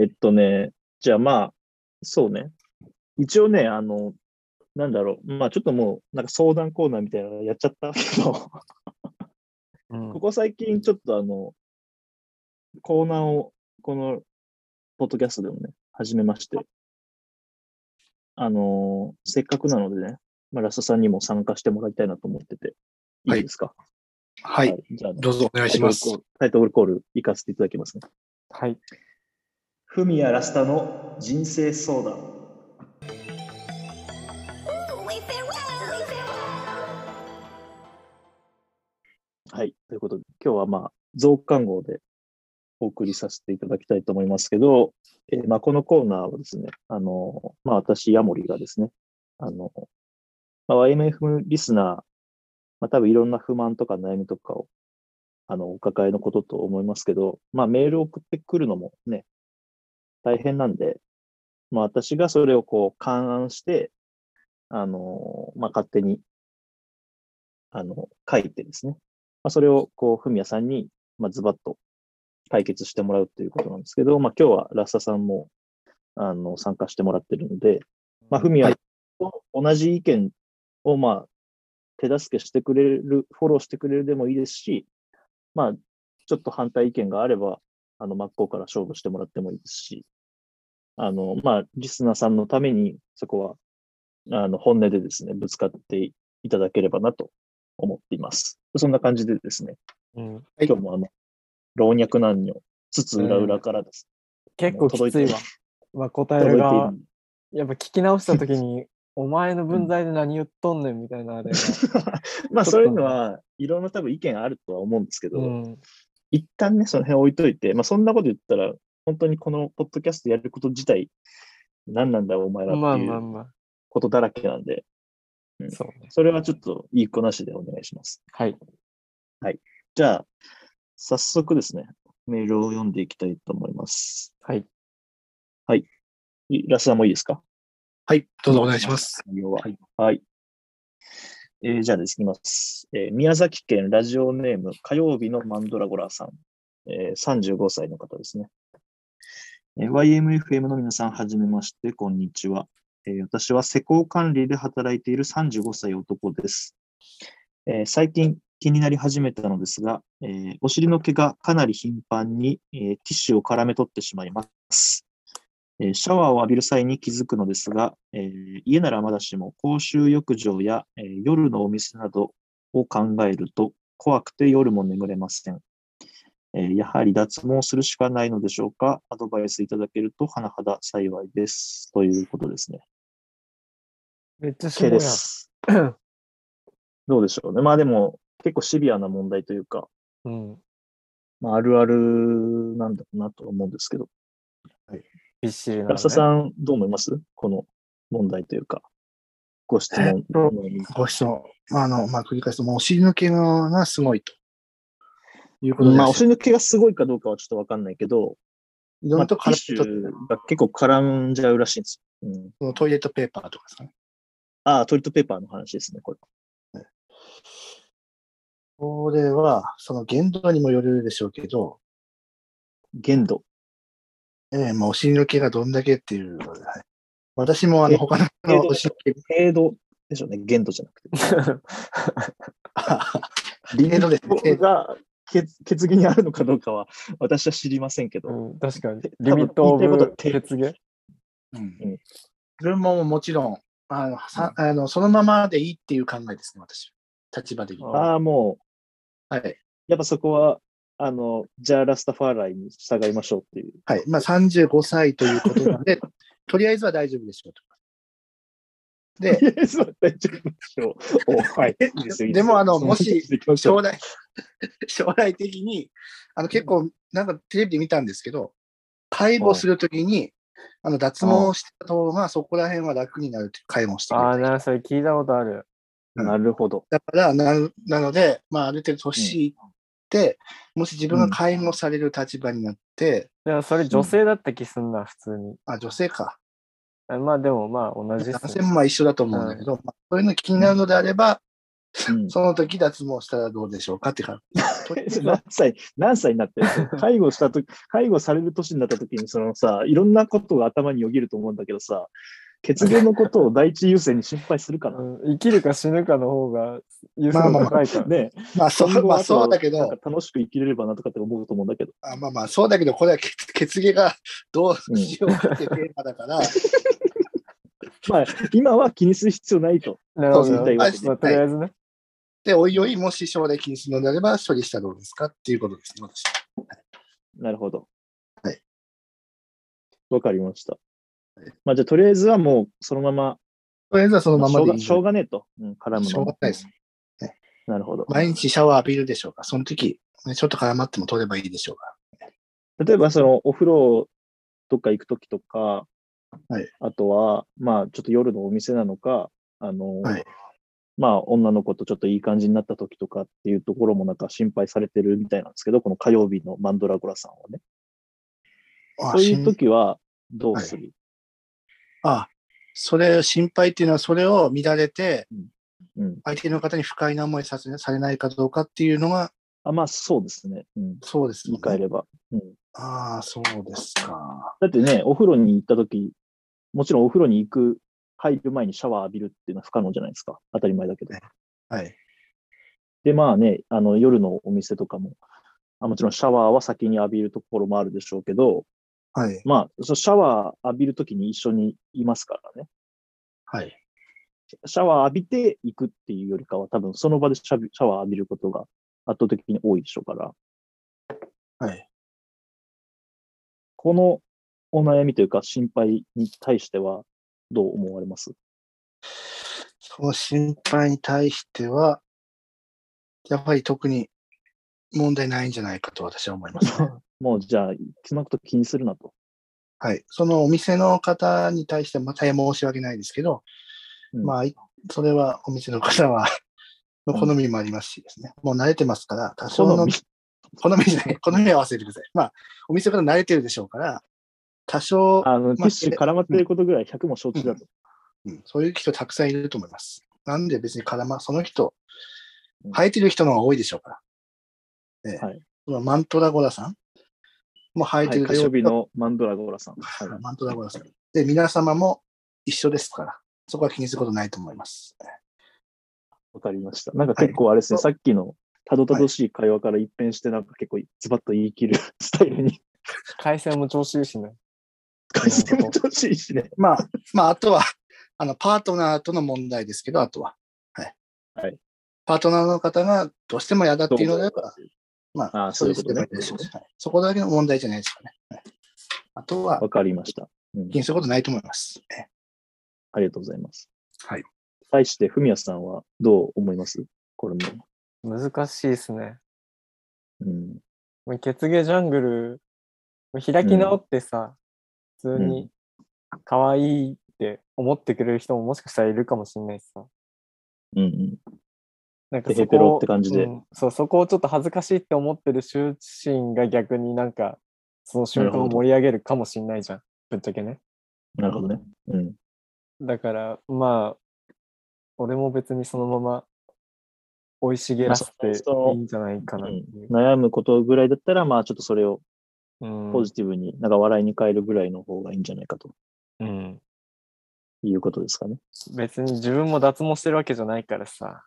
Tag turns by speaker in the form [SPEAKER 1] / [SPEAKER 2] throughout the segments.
[SPEAKER 1] えっとね、じゃあまあ、そうね。一応ね、あの、なんだろう。まあちょっともう、なんか相談コーナーみたいなのやっちゃったけど、
[SPEAKER 2] うん
[SPEAKER 1] ここ最近ちょっとあの、コーナーを、この、ポッドキャストでもね、始めまして、あのーせっかくなのでね、まあ、ラストさんにも参加してもらいたいなと思ってて、いいですか、
[SPEAKER 3] はい、
[SPEAKER 1] じゃあね、
[SPEAKER 3] どうぞお願いします。
[SPEAKER 1] タイトルコール行かせていただきますね。
[SPEAKER 2] はい。
[SPEAKER 1] フミヤラスタの人生相談。
[SPEAKER 4] We farewell. We farewell.
[SPEAKER 1] はい。ということで、今日はまあ、増刊号でお送りさせていただきたいと思いますけど、えーまあ、このコーナーはですね、あの、まあ、私、ヤモリがですね、あの、まあ、YMF リスナー、まあ、多分いろんな不満とか悩みとかを、あの、お抱えのことと思いますけど、まあ、メールを送ってくるのもね、大変なんで、まあ、私がそれをこう、勘案して、あの、まあ、勝手に、あの、書いてですね、まあ、それをこう、ふみやさんに、まあ、ズバッと解決してもらうということなんですけど、まあ、今日はラッサさんも、あの、参加してもらってるので、まあ、ふみやと同じ意見を、まあ、手助けしてくれる、フォローしてくれるでもいいですし、まあ、ちょっと反対意見があれば、あの、真っ向から勝負してもらってもいいですし、あの、まあ、リスナーさんのために、そこは、あの、本音でですね、ぶつかっていただければなと思っています。そんな感じでですね、
[SPEAKER 2] うん、
[SPEAKER 3] はい
[SPEAKER 1] 今日もあの、老若男女、つつ裏裏からです。
[SPEAKER 2] 結構きついわ。まあ、答え
[SPEAKER 1] 届いてい
[SPEAKER 2] が
[SPEAKER 1] る、。
[SPEAKER 2] やっぱ聞き直したとき に、お前の文在で何言っとんねんみたいなあれが。
[SPEAKER 1] まあ、そういうのは、いろんな多分意見あるとは思うんですけど、
[SPEAKER 2] うん。
[SPEAKER 1] 一旦ね、その辺置いといて、まあ、そんなこと言ったら、本当にこのポッドキャストやること自体、何なんだお前ら
[SPEAKER 2] ま
[SPEAKER 1] っ
[SPEAKER 2] あ
[SPEAKER 1] てい
[SPEAKER 2] まあ
[SPEAKER 1] う
[SPEAKER 2] まあ。
[SPEAKER 1] ことだらけなんで、うん
[SPEAKER 2] そうね。
[SPEAKER 1] それはちょっといい子なしでお願いします。
[SPEAKER 2] はい。
[SPEAKER 1] じゃあ、早速ですね、メールを読んでいきたいと思います。
[SPEAKER 2] はい。
[SPEAKER 1] いラスさんもいいですか
[SPEAKER 3] はい、どうぞお願いします。。
[SPEAKER 1] 内容は。はい。えーじゃあですね、いきます、えー宮崎県ラジオネーム、火曜日のマンドラゴラーさん。えー35歳の方ですね。えー YMFM の皆さん、はじめまして、こんにちは。えー私は施工管理で働いている35歳男です。えー最近気になり始めたのですが、えーお尻の毛がかなり頻繁に、えーティッシュを絡め取ってしまいます。えーシャワーを浴びる際に気づくのですが、えー家ならまだしも公衆浴場や、えー夜のお店などを考えると怖くて夜も眠れません、えーやはり脱毛するしかないのでしょうかアドバイスいただけると甚だ幸いです。ということですね。
[SPEAKER 2] めっちゃし
[SPEAKER 1] 毛
[SPEAKER 2] ぼ
[SPEAKER 1] で
[SPEAKER 2] やん。
[SPEAKER 1] す。どうでしょうね。まあでも結構シビアな問題というか、
[SPEAKER 2] うん。
[SPEAKER 1] まあ、あるあるなんだろうなと思うんですけど、
[SPEAKER 2] びっしりなのね。
[SPEAKER 1] ラスタさんどう思いますこの問題というか、ご質問。
[SPEAKER 3] ご質問。あの、まあ、繰り返すと、もうお尻の毛がすごいと。いうことで、
[SPEAKER 1] まあ、お
[SPEAKER 3] お
[SPEAKER 1] 尻
[SPEAKER 3] 尻
[SPEAKER 1] の毛がすごいかどうかはちょっとわかんないけど、
[SPEAKER 3] い
[SPEAKER 1] ま
[SPEAKER 3] ろいろ
[SPEAKER 1] あ、テ
[SPEAKER 3] と
[SPEAKER 1] ィッ
[SPEAKER 3] 絡
[SPEAKER 1] シ
[SPEAKER 3] めと
[SPEAKER 1] ュが結構絡んじゃうらしいんですよ。うん、
[SPEAKER 3] そのトイレットペーパーとかですかね。
[SPEAKER 1] ああ、トイレットペーパーの話ですね、これ。
[SPEAKER 3] これは、その限度にもよるでしょうけど、
[SPEAKER 1] 限度。
[SPEAKER 3] ええまあ、お尻の毛がどんだけっていうので、はい私もあの
[SPEAKER 1] え
[SPEAKER 3] 他の
[SPEAKER 1] 程度
[SPEAKER 3] お尻の毛
[SPEAKER 1] 程度でしょうね、限度じゃなくて。
[SPEAKER 3] 程度ですね
[SPEAKER 1] 僕が決決議にあるのかどうかは、私は知りませんけど、
[SPEAKER 2] うん、確かに
[SPEAKER 1] で。
[SPEAKER 2] リミットオ
[SPEAKER 1] 多分言いたい
[SPEAKER 2] ブ
[SPEAKER 1] ことは
[SPEAKER 2] 決議。
[SPEAKER 3] うん
[SPEAKER 1] うん
[SPEAKER 3] 自分ももちろんあのさあの、そのままでいいっていう考えですね、私。立場的に。
[SPEAKER 2] あ
[SPEAKER 1] ああ、もう、
[SPEAKER 3] はい。
[SPEAKER 1] やっぱそこは、あの、じゃあラスタファーライに従いましょうっていう。
[SPEAKER 3] はい。まあ、35歳ということな んで、とりあえずは大丈夫でしょうと。で、
[SPEAKER 1] いや そう大丈夫でしょう。おはい。いいですよいいすよ
[SPEAKER 3] でもあの
[SPEAKER 1] そ
[SPEAKER 3] もし
[SPEAKER 1] 話でいきましょう
[SPEAKER 3] 将来、 将来的に、あの、結構、なんかテレビで見たんですけど、介護するときに、あの、脱毛した方が、そこら辺は楽になるっていう介護してく
[SPEAKER 2] あ
[SPEAKER 3] れ
[SPEAKER 2] あ、
[SPEAKER 3] る。
[SPEAKER 2] なそれ聞いたことある。
[SPEAKER 1] なるほど。
[SPEAKER 3] だからな、なので、まあ、ある程度年いって、もし自分が介護される立場になって、
[SPEAKER 2] でもそれ女性だった気すんな、普通に。
[SPEAKER 3] あ、女性か。
[SPEAKER 2] あまあでもまあ同じっ
[SPEAKER 3] 男
[SPEAKER 2] す
[SPEAKER 3] 性
[SPEAKER 2] ね。
[SPEAKER 3] もまあ一緒だと思うんだけど、まあそういうの気になるのであれば、
[SPEAKER 1] うん
[SPEAKER 3] その時脱毛したらどうでしょうかって感 じ。
[SPEAKER 1] 何歳、何歳になってる 介護したとき、介護される年になった時に、そのさ、いろんなことが頭によぎると思うんだけどさ、血芸のことを第一優先に心配するか な。
[SPEAKER 2] うん生きるか死ぬかの方が優先度高いから。
[SPEAKER 1] ねえ
[SPEAKER 3] まあそう、まあそうだけ
[SPEAKER 1] なんか
[SPEAKER 3] ど、
[SPEAKER 1] 楽しく生きれればなとかって思うと思うんだけど。
[SPEAKER 3] あまあまあそうだけど、これは血血毛が どうしようかってテーマだから、
[SPEAKER 1] まあ、今は気にする必要ないと。
[SPEAKER 2] なるほ
[SPEAKER 1] そう
[SPEAKER 2] ど。
[SPEAKER 1] みたい
[SPEAKER 2] ま
[SPEAKER 1] わ
[SPEAKER 2] あ
[SPEAKER 1] けで
[SPEAKER 2] とりあえずね。
[SPEAKER 3] で、おいおい、もし将来気にするのであれば処理したらどうですかっていうことですね、私。
[SPEAKER 1] なるほど。
[SPEAKER 3] はい。
[SPEAKER 1] わかりました
[SPEAKER 3] はい。
[SPEAKER 1] まあ、じゃあ、とりあえずはもう、そのまま、
[SPEAKER 3] とりあえずはそのま
[SPEAKER 1] し
[SPEAKER 3] ま
[SPEAKER 1] ょう
[SPEAKER 3] でい
[SPEAKER 1] が
[SPEAKER 3] い
[SPEAKER 1] しょうがねえと。うん、絡むの。
[SPEAKER 3] しょうがないです。
[SPEAKER 1] なるほど。
[SPEAKER 3] 毎日シャワー浴びるでしょうか。その時、ね、ちょっと絡まっても取ればいいでしょうか。
[SPEAKER 1] 例えば、その、お風呂とか行くときとか、
[SPEAKER 3] はい
[SPEAKER 1] あとは、まあ、ちょっと夜のお店なのか、あの、
[SPEAKER 3] はい
[SPEAKER 1] まあ、女の子とちょっといい感じになったときとかっていうところもなんか心配されてるみたいなんですけど、この火曜日のマンドラゴラさんはね。そういう
[SPEAKER 3] 時
[SPEAKER 1] ときは、どうする、
[SPEAKER 3] あ、それ、心配っていうのは、それを乱れて、
[SPEAKER 1] うん。
[SPEAKER 3] 相手の方に不快な思いさせされないかどうかっていうのが、
[SPEAKER 1] あ、まあ、そうですね。うん。
[SPEAKER 3] そうです
[SPEAKER 1] 言い換えれば。
[SPEAKER 3] ああ、そうですか。
[SPEAKER 1] だってね、お風呂に行ったとき、もちろんお風呂に行く、入る前にシャワー浴びるっていうのは不可能じゃないですか。当たり前だけど。
[SPEAKER 3] はい。
[SPEAKER 1] で、まあね、あの夜のお店とかも、あもちろんシャワーは先に浴びるところもあるでしょうけど、
[SPEAKER 3] はい。
[SPEAKER 1] まあ、そうシャワー浴びるときに一緒にいますからね。
[SPEAKER 3] はい。
[SPEAKER 1] シャワー浴びていくっていうよりかは、多分その場でシャビシャワー浴びることが圧倒的に多いでしょうから、
[SPEAKER 3] はい。
[SPEAKER 1] このお悩みというか心配に対してはどう思われます
[SPEAKER 3] その心配に対しては、やっぱり特に問題ないんじゃないかと私は思います、ね。
[SPEAKER 1] もうじゃあ、そのこと気にするなと。
[SPEAKER 3] はい。そのお店の方に対しては、まあ大変申し訳ないですけど、
[SPEAKER 1] うん
[SPEAKER 3] まあ、いそれはお店の方は、の好みもありますしですね。もう慣れてますから、多少
[SPEAKER 1] 好
[SPEAKER 3] の
[SPEAKER 1] み、
[SPEAKER 3] 好みじゃない、好みは合わせてください。まあ、お店の方慣れてるでしょうから、多少、
[SPEAKER 1] あの、ティッシュ絡まってることぐらい100も承知だと。
[SPEAKER 3] うんそういう人たくさんいると思います。なんで別に絡ま、その人
[SPEAKER 1] うん、
[SPEAKER 3] 生えてる人の方が多いでしょうから。ええ
[SPEAKER 1] はい
[SPEAKER 3] そのマントラゴラさんも生え
[SPEAKER 1] は
[SPEAKER 3] て
[SPEAKER 1] い、
[SPEAKER 3] る
[SPEAKER 1] 火
[SPEAKER 3] でしょ
[SPEAKER 1] 曜
[SPEAKER 3] う
[SPEAKER 1] 日
[SPEAKER 3] けど
[SPEAKER 1] のマンドラゴーラさん。はい
[SPEAKER 3] マントラゴラさん。で、皆様も一緒ですから、そこは気にすることないと思います。
[SPEAKER 1] わかりました。なんか結構あれですね、さっきのたどたどしい会話から一変して、なんか結構ズバッと言い切るスタイルに
[SPEAKER 2] 回線も調子いいしね。
[SPEAKER 1] 改善もほしいしね。
[SPEAKER 3] まあ、まあ、あとは、あの、パートナーとの問題ですけど、あとは。はい。
[SPEAKER 1] はい
[SPEAKER 3] パートナーの方がどうしても嫌だっていうのであれば、ま
[SPEAKER 1] あ
[SPEAKER 3] あ、
[SPEAKER 1] あそういうことね
[SPEAKER 3] れでいいですよはいそこだけの問題じゃないですかね。はいあとは
[SPEAKER 1] わ、かりました。うん
[SPEAKER 3] 気にすることないと思います。え
[SPEAKER 1] ありがとうございます。
[SPEAKER 3] はい。
[SPEAKER 1] 対して、ふみやさんはどう思いますこれも。
[SPEAKER 2] 難しいですね。
[SPEAKER 1] うん。
[SPEAKER 2] もう血芸ジャングル、もう開き直ってさ、普通に可愛いって思ってくれる人ももしかしたらいるかもしれないしさ。
[SPEAKER 1] うんうん。
[SPEAKER 2] なんか
[SPEAKER 1] テ
[SPEAKER 2] そこ
[SPEAKER 1] ヘペロって感じで
[SPEAKER 2] うんそう、そこをちょっと恥ずかしいって思ってる羞恥心が逆になんか、その瞬間を盛り上げるかもしれないじゃん。ぶっちゃけね。
[SPEAKER 1] なるほどね。うん。
[SPEAKER 2] だから、まあ、俺も別にそのまま、生い茂らせて
[SPEAKER 1] まあその
[SPEAKER 2] いいんじゃないかなっていう。
[SPEAKER 1] 悩むことぐらいだったら、まあちょっとそれを
[SPEAKER 2] うん。
[SPEAKER 1] ポジティブに、なんか笑いに変えるぐらいの方がいいんじゃないかと
[SPEAKER 2] うん
[SPEAKER 1] いうことですかね。
[SPEAKER 2] 別に自分も脱毛してるわけじゃないからさ。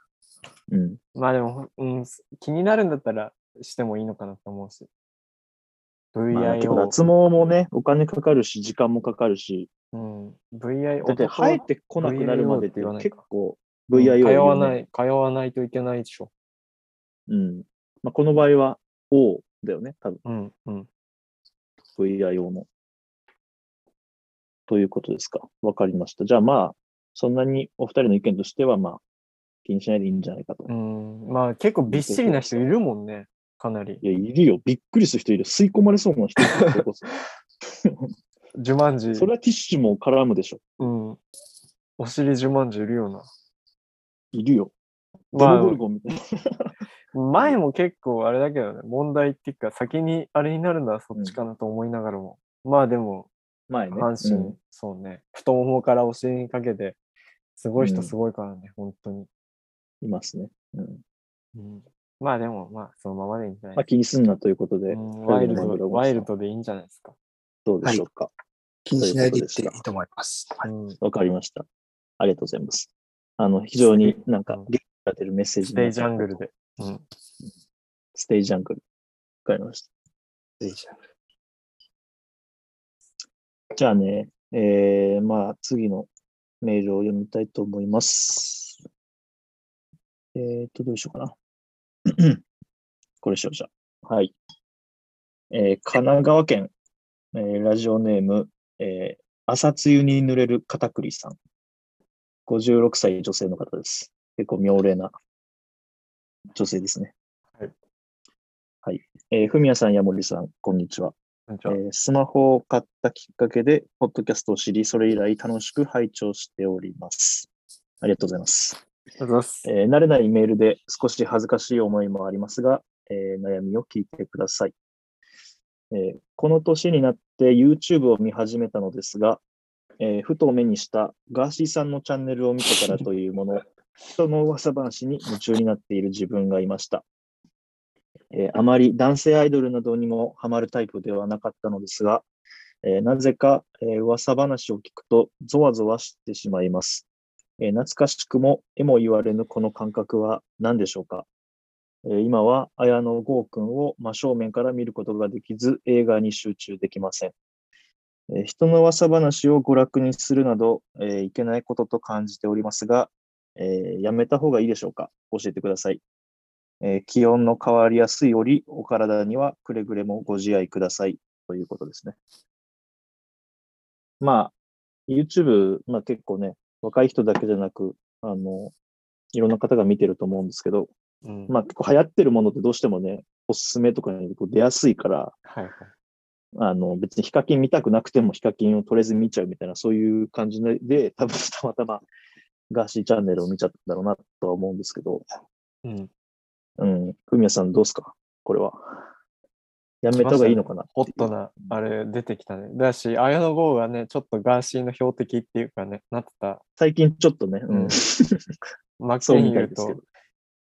[SPEAKER 1] うん。
[SPEAKER 2] まあでも、うん、気になるんだったらしてもいいのかなと思うし。
[SPEAKER 1] まあ、結構
[SPEAKER 2] VIO。
[SPEAKER 1] 脱毛もね、お金かかるし、時間もかかるし、
[SPEAKER 2] うん。VIO。
[SPEAKER 1] だって生えてこなくなるまでっていうのは
[SPEAKER 2] VIO って
[SPEAKER 1] 結構
[SPEAKER 2] うん
[SPEAKER 1] VIO。
[SPEAKER 2] 通わないい、通わないといけないでしょ。
[SPEAKER 1] うん。まあ、この場合は O だよね、多分
[SPEAKER 2] うん、うん。
[SPEAKER 1] VIO の。ということですか。わかりました。じゃあまあ、そんなにお二人の意見としてはまあ、気にしないでいいんじゃないかと。
[SPEAKER 2] うん、まあ結構びっしりな人いるもんね、かなり。
[SPEAKER 1] いや、いるよ。びっくりする人いる。吸い込まれそうな人。それこそ
[SPEAKER 2] ジュマンジ、
[SPEAKER 1] それはティッシュも絡むでしょ。
[SPEAKER 2] うん。お尻ジュマンジいるような。
[SPEAKER 1] いるよ。デ
[SPEAKER 2] ま
[SPEAKER 1] ルゴルゴンみたいな。
[SPEAKER 2] あ、前も結構あれだけどね、問題っていうか、先にあれになるのはそっちかなと思いながらも。まあでも、
[SPEAKER 1] 前ね。
[SPEAKER 2] 阪神、
[SPEAKER 1] うん
[SPEAKER 2] そうね、太ももからお尻にかけて、すごい人すごいからね、本当に。
[SPEAKER 1] いますね。うん
[SPEAKER 2] うんまあでも、まあ、そのままでいいんじゃない
[SPEAKER 1] まあ、
[SPEAKER 2] ですか。
[SPEAKER 1] 気にすんなということで、
[SPEAKER 2] うんワイル
[SPEAKER 1] 今日
[SPEAKER 2] ド、
[SPEAKER 1] の
[SPEAKER 2] ワイルドでいいんじゃないですか。
[SPEAKER 1] どうでしょうか。
[SPEAKER 3] 気にしないでいっていいと思います。はい
[SPEAKER 2] うん
[SPEAKER 1] わ、かりました。ありがとうございます。あの、非常になんか
[SPEAKER 2] うん、
[SPEAKER 1] 出てるメッセージ
[SPEAKER 2] ス
[SPEAKER 1] の
[SPEAKER 2] テ
[SPEAKER 1] 中
[SPEAKER 2] イジャングル。で。うん。
[SPEAKER 1] ステイジャングル。わかりました。
[SPEAKER 3] いいじゃん
[SPEAKER 1] じゃあね、えー、まあ、次のメールを読みたいと思います。えーっと、どうしようかな。 これしようじゃあ。はい。えー、神奈川県、えーラジオネーム、えー、朝露に濡れる片栗さん。56歳女性の方です。結構妙齢な女性ですね。
[SPEAKER 2] はい。
[SPEAKER 1] はい。えー、ふみやさん、やもりさん、こんにちは。
[SPEAKER 2] こんにち
[SPEAKER 1] え
[SPEAKER 2] は
[SPEAKER 1] ースマホを買ったきっかけで、ポッドキャストを知り、それ以来楽しく拝聴しております。ありがとうございます。
[SPEAKER 2] ありがとうございます。
[SPEAKER 1] えー慣れないメールで少し恥ずかしい思いもありますが、えー悩みを聞いてください、えーこの年になって YouTube を見始めたのですが、えーふと目にしたガーシーさんのチャンネルを見てからというもの、人の噂話に夢中になっている自分がいました。えーあまり男性アイドルなどにもハマるタイプではなかったのですが、えーなぜか、えー噂話を聞くとゾワゾワしてしまいます。えー懐かしくも、えも言われぬこの感覚は何でしょうか、えー今は綾野剛君を真正面から見ることができず、映画に集中できません。えー人の噂話を娯楽にするなど、えーいけないことと感じておりますが、えーやめた方がいいでしょうか教えてください、えー気温の変わりやすい折、お体にはくれぐれもご自愛ください。ということですね。まあ、YouTube、まあ結構ね、若い人だけじゃなく、あの、いろんな方が見てると思うんですけど、
[SPEAKER 2] うん
[SPEAKER 1] まあ結構流行ってるものってどうしてもね、おすすめとかにこう出やすいから、
[SPEAKER 2] はいはい。
[SPEAKER 1] あの別にヒカキン見たくなくてもヒカキンを取れず見ちゃうみたいな、そういう感じで、多分たまたまガーシーチャンネルを見ちゃったんだろうなとは思うんですけど、
[SPEAKER 2] うん。
[SPEAKER 1] うん、ふみやさんどうですかこれは。やめた方がいいのかな
[SPEAKER 2] ホットな、あれ出てきたね。だし、綾野剛がね、ちょっとガーシーの標的っていうかね、なってた。
[SPEAKER 1] 最近ちょっとね、うん
[SPEAKER 2] うんマ ッ
[SPEAKER 1] そ
[SPEAKER 2] ケ
[SPEAKER 1] う
[SPEAKER 2] ン
[SPEAKER 1] み
[SPEAKER 2] ユ
[SPEAKER 1] たい
[SPEAKER 2] ー
[SPEAKER 1] ですけど
[SPEAKER 2] と。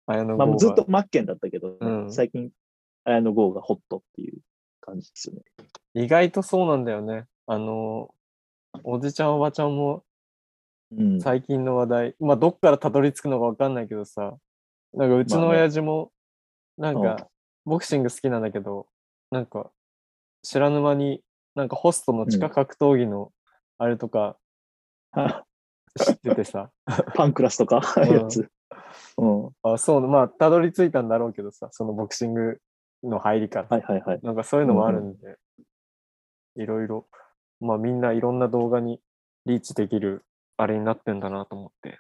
[SPEAKER 2] 綾野
[SPEAKER 1] まあ、も
[SPEAKER 2] 剛
[SPEAKER 1] うずっ
[SPEAKER 2] が
[SPEAKER 1] とマッケンだったけどね、
[SPEAKER 2] うん
[SPEAKER 1] 最近、綾野剛がホットっていう感じですよね。
[SPEAKER 2] 意外とそうなんだよね。あの、おじちゃんおばちゃんも
[SPEAKER 1] うん、
[SPEAKER 2] 最近の話題、まあどっからたどり着くのかわかんないけどさ、なんかうち
[SPEAKER 1] ま
[SPEAKER 2] の
[SPEAKER 1] あね
[SPEAKER 2] 親父も、なん
[SPEAKER 1] うん
[SPEAKER 2] かボクシング好きなんだけど、なんか知らぬ間になんかホストの地下格闘技のあれとか
[SPEAKER 1] あ
[SPEAKER 2] 知っててさ、
[SPEAKER 1] パンクラスとか、ああいうやつ。うん。は
[SPEAKER 2] あそう、まあたどり着いたんだろうけどさ、そのボクシングの入りから。
[SPEAKER 1] いはいはい。
[SPEAKER 2] なんかそういうのもあるんで、いろいろ、まあみんないろんな動画にリーチできるあれになってんだなと思って。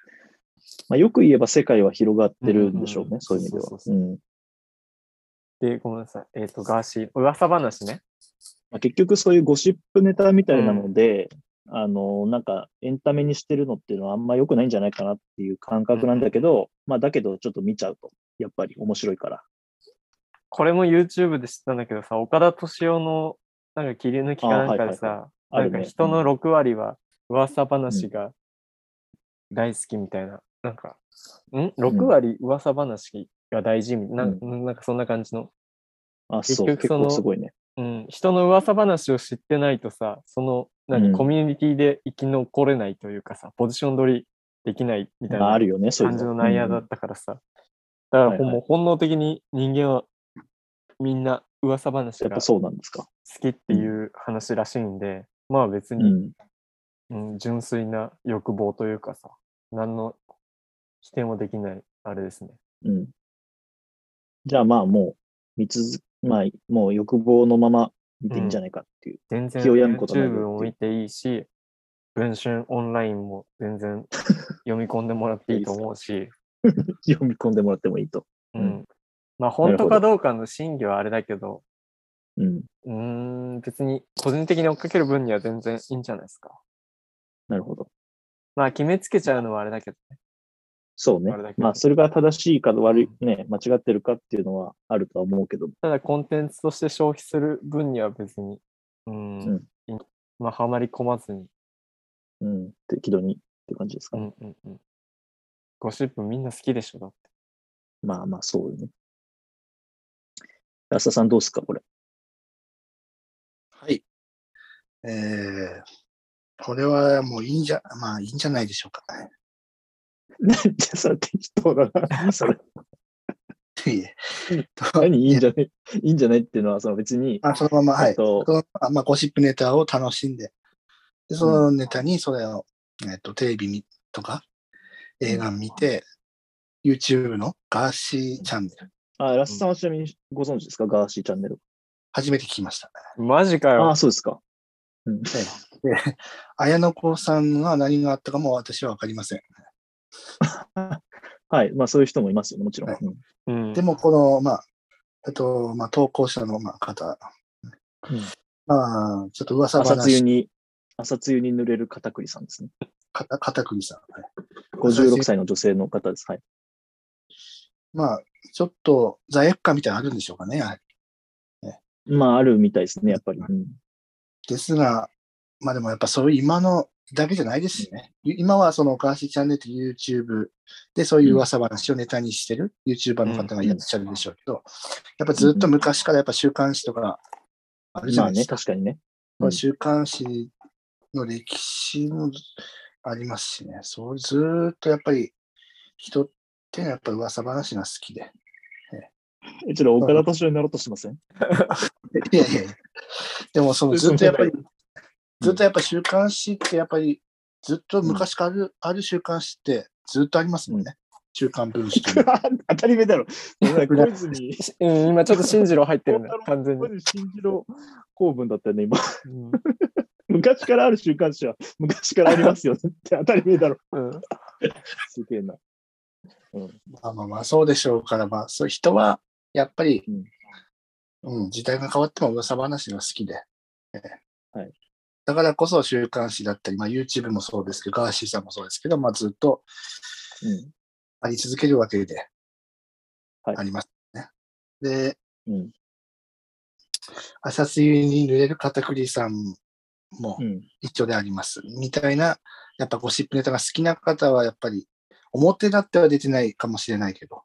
[SPEAKER 1] まあ、よく言えば世界は広がってるんでしょうね、
[SPEAKER 2] うんうん
[SPEAKER 1] そういう意味では。
[SPEAKER 2] そうそう
[SPEAKER 1] う
[SPEAKER 2] そうんで、ごめんなさい。えっ、と、ガーシー、噂話ね。
[SPEAKER 1] まあ、結局そういうゴシップネタみたいなので、あの、なんかエンタメにしてるのっていうのはあんま良くないんじゃないかなっていう感覚なんだけど、まあだけどちょっと見ちゃうと、やっぱり面白いから。
[SPEAKER 2] これも YouTube で知ったんだけどさ、岡田敏夫のなんか切り抜きかなんかでさ、
[SPEAKER 1] あはいはいはいあるね
[SPEAKER 2] なんか人の6割は噂話が大好きみたいな、なんか、ん ?6 割噂話が大事みたいな、なんなんかそんな感じの
[SPEAKER 1] あ、そう、
[SPEAKER 2] 結
[SPEAKER 1] 結
[SPEAKER 2] 局その
[SPEAKER 1] 構すごいね。
[SPEAKER 2] うん、人の噂話を知ってないとさ、その、何、
[SPEAKER 1] うん
[SPEAKER 2] コミュニティで生き残れないというかさ、ポジション取りできないみたい
[SPEAKER 1] まあ、
[SPEAKER 2] な
[SPEAKER 1] あるよね、そういう
[SPEAKER 2] 感
[SPEAKER 1] の
[SPEAKER 2] じの内野だったからさ。だからほんもう本能的に人間はみんな噂話
[SPEAKER 1] やっ
[SPEAKER 2] が
[SPEAKER 1] ぱ
[SPEAKER 2] 好
[SPEAKER 1] そうなんですか。
[SPEAKER 2] きっていう話らしいんで、まあ別
[SPEAKER 1] う
[SPEAKER 2] に、
[SPEAKER 1] ん。
[SPEAKER 2] うん、純粋な欲望というかさ、何の否定もできない、あれですね。
[SPEAKER 1] うん。じゃあまあもう、見続まあ、もう欲望のまま見ていいんじゃないかっていう。
[SPEAKER 2] 全然
[SPEAKER 1] 気を病むことなく
[SPEAKER 2] YouTube も見ていいし、文春オンラインも 全然読み込んでもらっていいと思うし、
[SPEAKER 1] 読み込んでもらってもいいと。
[SPEAKER 2] う
[SPEAKER 1] うん
[SPEAKER 2] ん。まあ本当かどうかの真偽はあれだけど、
[SPEAKER 1] うん。
[SPEAKER 2] うーん、別に個人的に追っかける分には全然いいんじゃないですか。
[SPEAKER 1] なるほど。
[SPEAKER 2] まあ決めつけちゃうのはあれだけど、
[SPEAKER 1] そうね
[SPEAKER 2] あれだ。け
[SPEAKER 1] まあ、それが正しいか悪い、ね、間違ってるかっていうのはあるとは思うけど、
[SPEAKER 2] ただコンテンツとして消費する分には別に、うーん、
[SPEAKER 1] うん
[SPEAKER 2] いいまあはまり込まずに、
[SPEAKER 1] うん、適度にって感じですか
[SPEAKER 2] う
[SPEAKER 1] ね。
[SPEAKER 2] んうんうん。ゴシップみんな好きでしょ、だって。
[SPEAKER 1] まあまあ、そうよね。安田さんどうっすか、これ。
[SPEAKER 3] はい。えー、これはもういいんじゃ、まあいいんじゃないでしょうか ね。
[SPEAKER 1] なんでさ、適当だ な。それ、
[SPEAKER 3] いえ
[SPEAKER 1] 何いいんじゃないいいんじゃないっていうのは、その別に、
[SPEAKER 3] あそのまま、は
[SPEAKER 1] えっ
[SPEAKER 3] い。
[SPEAKER 1] と
[SPEAKER 3] そのまままあ、ゴシップネタを楽しんで、でそのネタにそれを、えっと、テレビみとか映画見て、YouTube のガーシーチャンネル、
[SPEAKER 1] あ、ラスさんはちなみにご存知ですか、ガーシーチャンネル。
[SPEAKER 3] 初めて聞きました。
[SPEAKER 2] マジか
[SPEAKER 1] あ
[SPEAKER 2] よ
[SPEAKER 1] あ、。そうですか。うん、
[SPEAKER 3] で綾野剛さんは何があったかも私はわかりません。
[SPEAKER 1] はい。まあ、そういう人もいますよね、もちろん。
[SPEAKER 3] はい
[SPEAKER 1] うん
[SPEAKER 2] うん
[SPEAKER 3] でも、この、まあ、えっと、まあ、投稿者のまあ方、
[SPEAKER 1] うん
[SPEAKER 3] まあ、ちょっと噂
[SPEAKER 1] 朝露
[SPEAKER 3] 話、
[SPEAKER 1] に、朝露に濡れる片栗さんですね。
[SPEAKER 3] かた片栗さん。はい
[SPEAKER 1] 56歳の女性の方です。はい。
[SPEAKER 3] まあ、ちょっと罪悪感みたいなのあるんでしょうかね、やはり
[SPEAKER 1] まあ、あるみたいですね、やっぱり。うん
[SPEAKER 3] ですが、まあでもやっぱそういう今のだけじゃないですしね。今はそのガーシーチャンネルという YouTube でそういう噂話をネタにしてる YouTuber の方がいらっしゃるでしょうけど、やっぱずっと昔からやっぱ週刊誌とかあるじゃ
[SPEAKER 1] まあ
[SPEAKER 3] ないで
[SPEAKER 1] ね、
[SPEAKER 3] すか。
[SPEAKER 1] 確かにね。
[SPEAKER 3] まあ週刊誌の歴史もありますしね。そうずーっとやっぱり人ってのはやっぱ噂話が好きで。
[SPEAKER 1] え、ちょっと岡田敏夫になろうとしてません
[SPEAKER 3] いやいやいや。でもそのずっとやっぱり、ずっとやっぱ週刊誌ってやっぱり、ずっと昔からある,、ある週刊誌ってずっとありますもんね。週刊文 春という
[SPEAKER 1] 当たり前だ ろ。小泉、
[SPEAKER 2] しうん、今ちょっと進次郎入っ てるね、完全に
[SPEAKER 1] 小。泉進次郎公文だったよね、今。
[SPEAKER 2] うん
[SPEAKER 1] 昔からある週刊誌は昔からありますよねって当たり前 だろ。
[SPEAKER 2] うん
[SPEAKER 1] すげえな。
[SPEAKER 3] まあまあまあそうでしょうから、まあそう人はやっぱり、
[SPEAKER 1] うん
[SPEAKER 3] うん、時代が変わっても噂話が好きで。ええ
[SPEAKER 1] はい
[SPEAKER 3] だからこそ週刊誌だったり、まあ、YouTube もそうですけど、ガーシーさんもそうですけど、まあ、ずっと
[SPEAKER 1] うん
[SPEAKER 3] あり続けるわけで、
[SPEAKER 1] はい
[SPEAKER 3] ありますね。で、
[SPEAKER 1] うん
[SPEAKER 3] 朝露に濡れる片栗さんも
[SPEAKER 1] うん
[SPEAKER 3] 一緒であります、みたいな、やっぱゴシップネタが好きな方は、やっぱり表立っては出てないかもしれないけど、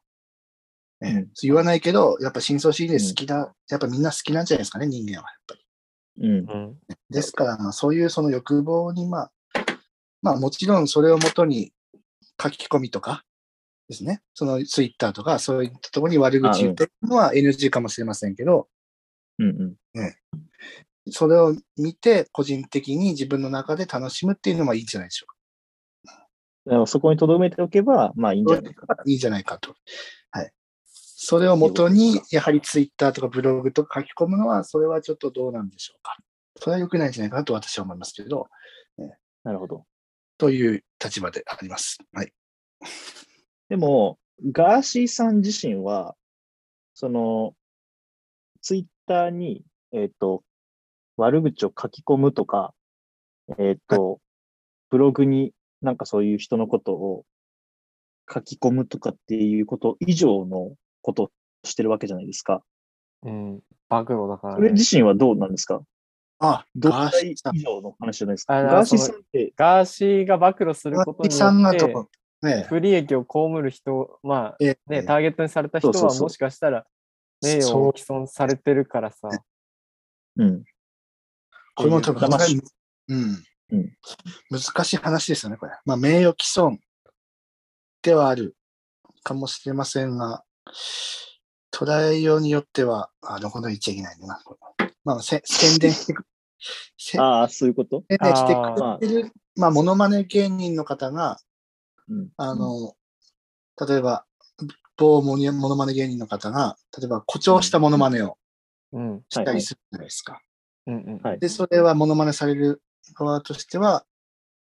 [SPEAKER 3] ええ
[SPEAKER 1] うん
[SPEAKER 3] 言わないけど、やっぱ深層心理で好きだ、やっぱみんな好きなんじゃないですかね、人間は。やっぱり
[SPEAKER 1] うん
[SPEAKER 2] うん
[SPEAKER 3] ですから、まあ、そういうその欲望に、まあ、まあ、もちろんそれをもとに書き込みとかですね、そのツイッターとか、そういったところに悪口言ってるのは NG かもしれませんけど、
[SPEAKER 1] うん
[SPEAKER 3] それを見て、個人的に自分の中で楽しむっていうのはいいんじゃないでしょうか。
[SPEAKER 1] だからそこに留めておけば、まあいいんじゃないかな。
[SPEAKER 3] いいじゃないかと。はい。それをもとに、やはりツイッターとかブログとか書き込むのは、それはちょっとどうなんでしょうか。それは良くないんじゃないかなと私は思いますけど、
[SPEAKER 1] なるほど。
[SPEAKER 3] という立場であります。はい。
[SPEAKER 1] でも、ガーシーさん自身は、その、ツイッターに、えっ、と、悪口を書き込むとか、えっ、と、ブログになんかそういう人のことを書き込むとかっていうこと以上のことをしてるわけじゃないですか。
[SPEAKER 2] うん。暴露だから
[SPEAKER 1] それ
[SPEAKER 2] ね。
[SPEAKER 1] 自身はどうなんですか
[SPEAKER 3] あ、
[SPEAKER 1] どっ
[SPEAKER 3] ガー
[SPEAKER 1] ち
[SPEAKER 3] シーさん
[SPEAKER 1] 以。上の話じゃないです
[SPEAKER 2] あ
[SPEAKER 1] か。
[SPEAKER 2] だから
[SPEAKER 1] ガーシーさんって、
[SPEAKER 2] ガーシーが暴露する
[SPEAKER 3] ガ
[SPEAKER 2] こと
[SPEAKER 3] ーシー
[SPEAKER 2] に
[SPEAKER 3] さん
[SPEAKER 2] よ
[SPEAKER 3] が
[SPEAKER 2] っ
[SPEAKER 3] と
[SPEAKER 2] て
[SPEAKER 3] か、ね
[SPEAKER 2] 不利益を被る人、ま
[SPEAKER 3] え
[SPEAKER 2] あね、ターゲットにされた
[SPEAKER 1] そ
[SPEAKER 2] 人
[SPEAKER 1] うそう
[SPEAKER 2] は
[SPEAKER 1] そう
[SPEAKER 2] もしかしたら名誉
[SPEAKER 3] そう
[SPEAKER 2] を毀損されてるからさ。
[SPEAKER 1] うん、
[SPEAKER 3] これも多分
[SPEAKER 1] 騙し
[SPEAKER 3] うん
[SPEAKER 1] うん
[SPEAKER 3] 難しい話ですよね、これ。まあ、名誉毀損ではあるかもしれませんが、捉えようによっては、あ、どこの言っちゃいけないな。これまあ、せ宣伝してく、せ宣
[SPEAKER 1] ああ、そういうこと
[SPEAKER 3] 伝して
[SPEAKER 2] あー
[SPEAKER 1] まあ
[SPEAKER 3] くれてる、まあ、モノマネ芸人の方が、
[SPEAKER 1] うん
[SPEAKER 3] あの、例えば、某モニモノマネ芸人の方が、例えば誇張したモノマネを
[SPEAKER 2] うん。
[SPEAKER 3] したりするじゃないですか。
[SPEAKER 2] うんうん。
[SPEAKER 1] はい
[SPEAKER 3] で、それはモノマネされる側としては、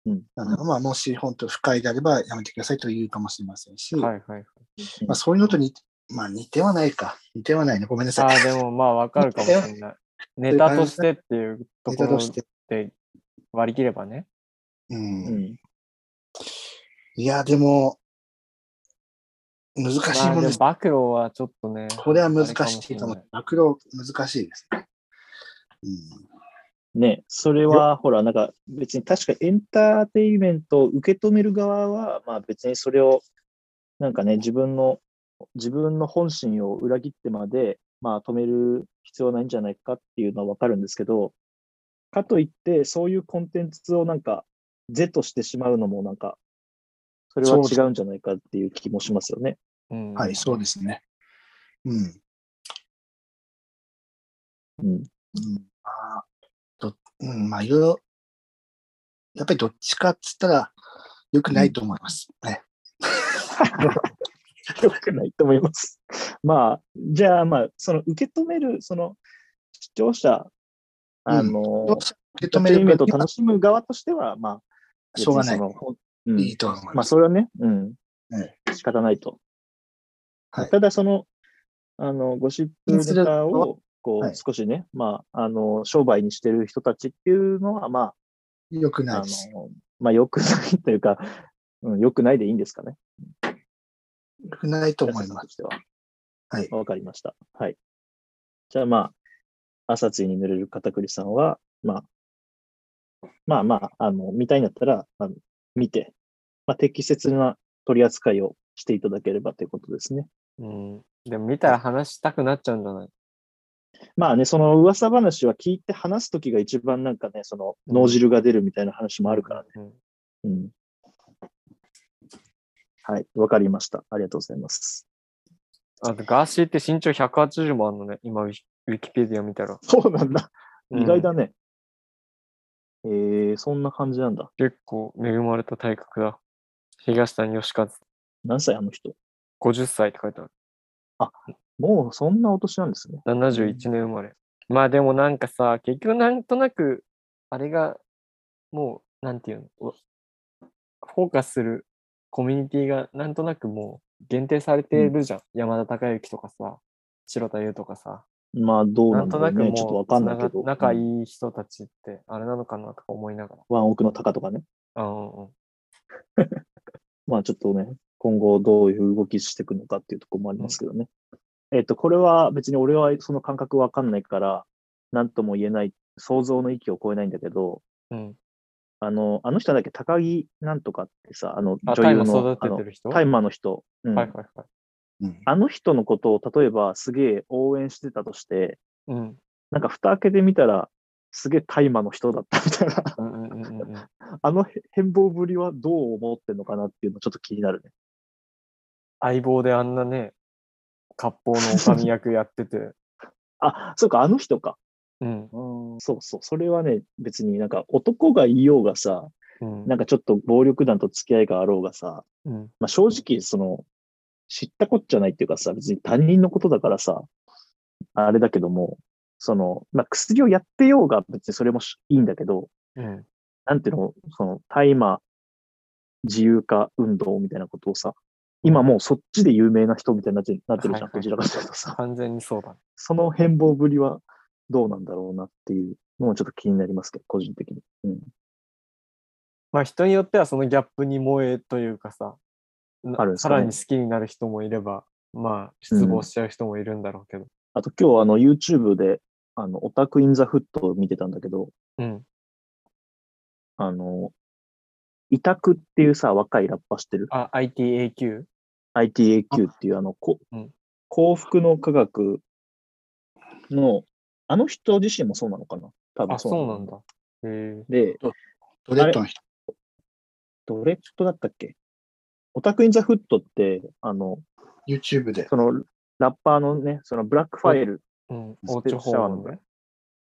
[SPEAKER 1] うん
[SPEAKER 3] あのまあ、もし本当不快であればやめてくださいと言うかもしれませんし、
[SPEAKER 2] はいはい。
[SPEAKER 3] まあ、そういうのと似て,、まあ、似てはないか。似てはないね。ごめんな
[SPEAKER 2] あ
[SPEAKER 3] さい。
[SPEAKER 2] あ、でもまあわかるかもしれない。ネタとしてっていうと
[SPEAKER 3] ネ
[SPEAKER 2] こ
[SPEAKER 3] タと
[SPEAKER 2] ろ
[SPEAKER 3] して。
[SPEAKER 2] で割り切ればね。
[SPEAKER 3] うん
[SPEAKER 1] うん
[SPEAKER 3] いや、でも、難しい
[SPEAKER 2] まあ
[SPEAKER 3] もん
[SPEAKER 2] で
[SPEAKER 3] で
[SPEAKER 2] も
[SPEAKER 3] す。
[SPEAKER 2] 暴露はちょっとね。
[SPEAKER 3] これは難しいかもしれ
[SPEAKER 2] あれかもしれ
[SPEAKER 3] な
[SPEAKER 2] ない
[SPEAKER 3] い。暴露、難しいですね。うん
[SPEAKER 1] ね、それは、ほら、なんか別に確かエンターテインメントを受け止める側は、まあ別にそれを、なんかね、自分の自分の本心を裏切ってまで、まあ、止める必要はないんじゃないかっていうのはわかるんですけど、かといって、そういうコンテンツをなんか、是としてしまうのもなんか、それは違うんじゃないかっていう気もしますよね。
[SPEAKER 2] うん
[SPEAKER 3] はい、そうですね。うん。
[SPEAKER 1] うん。
[SPEAKER 3] うんまあ、どうん、まあ、いろいろ、やっぱりどっちかっつったら、良くないと思います。ね。
[SPEAKER 1] よくないと思います。まあ、じゃあ、まあ、その受け止める、その視聴者、
[SPEAKER 3] うん
[SPEAKER 1] あの、
[SPEAKER 3] 受
[SPEAKER 1] エ
[SPEAKER 3] け止
[SPEAKER 1] ンター
[SPEAKER 3] め
[SPEAKER 1] テインメン
[SPEAKER 3] る
[SPEAKER 1] ト
[SPEAKER 3] と
[SPEAKER 1] を楽しむ側としては、まあ、
[SPEAKER 3] しょうがない
[SPEAKER 1] 別にその。うん、
[SPEAKER 3] いいと思い
[SPEAKER 1] ま
[SPEAKER 3] ま
[SPEAKER 1] あ、
[SPEAKER 3] す。
[SPEAKER 1] それはね、うん
[SPEAKER 3] え。
[SPEAKER 1] 仕方ないと。
[SPEAKER 3] はい
[SPEAKER 1] ただ、その、あの、ゴシップネタを、こ
[SPEAKER 3] は
[SPEAKER 1] う、
[SPEAKER 3] い
[SPEAKER 1] 少しね、まあ、あの、商売にしてる人たちっていうのは、ま
[SPEAKER 3] 良く
[SPEAKER 1] あ、
[SPEAKER 3] ない
[SPEAKER 1] あ
[SPEAKER 3] です。
[SPEAKER 1] の、まあ、良くないというか、うん、良くないでいいんですかね。
[SPEAKER 3] 良くないと思い
[SPEAKER 1] 安田さ
[SPEAKER 3] ま
[SPEAKER 1] んとしては。
[SPEAKER 3] はい
[SPEAKER 1] わかりました。はい。じゃあまあ、朝露に濡れる片栗さんは、まあ、まあまあ、あの、見たいんだったら、あの見て、まあ、適切な取り扱いをしていただければということですね。
[SPEAKER 2] うん、でも見たら話したくなっちゃうんじゃない
[SPEAKER 1] まあね、その噂話は聞いて話すときが一番なんかね、その脳汁が出るみたいな話もあるからね。
[SPEAKER 2] うん
[SPEAKER 1] うん。はい、わかりました。ありがとうございます。
[SPEAKER 2] あとガーシーって身長180もあるのね、今ウィキウィキペディア見たら。
[SPEAKER 1] そうなんだ。意外
[SPEAKER 2] うん
[SPEAKER 1] だね。えー、そんな感じなんだ。
[SPEAKER 2] 結構恵まれた体格だ。東谷義和、
[SPEAKER 1] 何歳あの人
[SPEAKER 2] 50歳って書いてある。
[SPEAKER 1] もうそんなお年なんですね。
[SPEAKER 2] 71年生まれ。まあでもなんかさ、結局なんとなく、あれが、もう、なんていうの、うフォーカスするコミュニティがなんとなくもう限定されてるじゃん。山田孝之とかさ、城田優とかさ、
[SPEAKER 1] まあ、どう
[SPEAKER 2] な
[SPEAKER 1] なんんだ
[SPEAKER 2] と
[SPEAKER 1] ろ
[SPEAKER 2] な
[SPEAKER 1] う
[SPEAKER 2] く
[SPEAKER 1] ね。ちょっと
[SPEAKER 2] も
[SPEAKER 1] わ
[SPEAKER 2] う
[SPEAKER 1] かんないけど。
[SPEAKER 2] つなが仲
[SPEAKER 1] うん
[SPEAKER 2] いい人たちってあれなのかなとか思いなが
[SPEAKER 1] ワンオクの鷹とかね。
[SPEAKER 2] ら。うんうんうん。
[SPEAKER 1] まあ、ちょっとね、今後どういう動きしていくのかっていうところもありますけどね。えっと、これは別に俺はその感覚わかんないから、なんとも言えない、想像の域を超えないんだけど、
[SPEAKER 2] うん、
[SPEAKER 1] あの、あの人だっけ、高木なんとかってさ、あの、
[SPEAKER 2] あ、
[SPEAKER 1] 女
[SPEAKER 2] タイ
[SPEAKER 1] 優
[SPEAKER 2] マー
[SPEAKER 1] の、
[SPEAKER 2] 育
[SPEAKER 1] あ
[SPEAKER 2] てて
[SPEAKER 1] の
[SPEAKER 2] る人
[SPEAKER 1] タイマーの人。うん
[SPEAKER 2] はいはいはい。
[SPEAKER 3] うん。
[SPEAKER 1] あの人のことを例えばすげえ応援してたとして、
[SPEAKER 2] うん。
[SPEAKER 1] なんか蓋開けてみたら、すげえ大麻の人だったみたいな、
[SPEAKER 2] うんうんうんうんうん。
[SPEAKER 1] あのへ変貌ぶりはどう思ってんのかなっていうのちょっと気になるね。
[SPEAKER 2] 相棒であんなね、割烹の女将役やってて。
[SPEAKER 1] あ、そうか、あの人か。
[SPEAKER 2] うん。
[SPEAKER 1] そうそう、それはね、別になんか男がいようがさ、
[SPEAKER 2] うん。
[SPEAKER 1] なんかちょっと暴力団と付き合いがあろうがさ、
[SPEAKER 2] うん
[SPEAKER 1] まあ、正直、その、知ったこっちゃないっていうかさ、別に他人のことだからさ、あれだけども、その、まあ、薬をやってようが別にそれもしいいんだけど、
[SPEAKER 2] うん。
[SPEAKER 1] なんていうの、その、大麻自由化運動みたいなことをさ、今もうそっちで有名な人みたいになってなってるじゃん、
[SPEAKER 2] はいはい
[SPEAKER 1] どちらかというとさ、
[SPEAKER 2] 完全にそうだね。
[SPEAKER 1] その変貌ぶりはどうなんだろうなっていうのもちょっと気になりますけど、個人的に。うん。
[SPEAKER 2] まあ人によってはそのギャップに萌えというかさ、な
[SPEAKER 1] あるんです
[SPEAKER 2] さ
[SPEAKER 1] かね
[SPEAKER 2] らに好きになる人もいれば、まあ失望しちゃう人もいるんだろうけど。
[SPEAKER 1] あと今日、あの、YouTube で、あの、オタクインザフットを見てたんだけど、
[SPEAKER 2] うん。
[SPEAKER 1] あの、イタクっていうさ、若いラッパしてる、
[SPEAKER 2] あ、ITAQ?
[SPEAKER 1] ITAQ っていう、あの、こ
[SPEAKER 2] うん
[SPEAKER 1] 幸福の科学の、あの人自身もそうなのかな多分
[SPEAKER 2] あ、
[SPEAKER 1] そう
[SPEAKER 2] そう
[SPEAKER 1] な
[SPEAKER 2] なんん
[SPEAKER 1] だ。
[SPEAKER 2] だ。へ
[SPEAKER 1] で、
[SPEAKER 3] ドレッドの人。
[SPEAKER 1] どれっとだったっけオタクインザフットって、あの、
[SPEAKER 3] YouTube で。
[SPEAKER 1] そのラッパーのね、そのブラックファイル、
[SPEAKER 2] え。うん。
[SPEAKER 1] ス
[SPEAKER 2] オー
[SPEAKER 1] ペ
[SPEAKER 2] チ
[SPEAKER 1] シ
[SPEAKER 2] ョ
[SPEAKER 1] ャ
[SPEAKER 2] ホ
[SPEAKER 1] ワー
[SPEAKER 2] ー
[SPEAKER 1] の
[SPEAKER 2] ムね。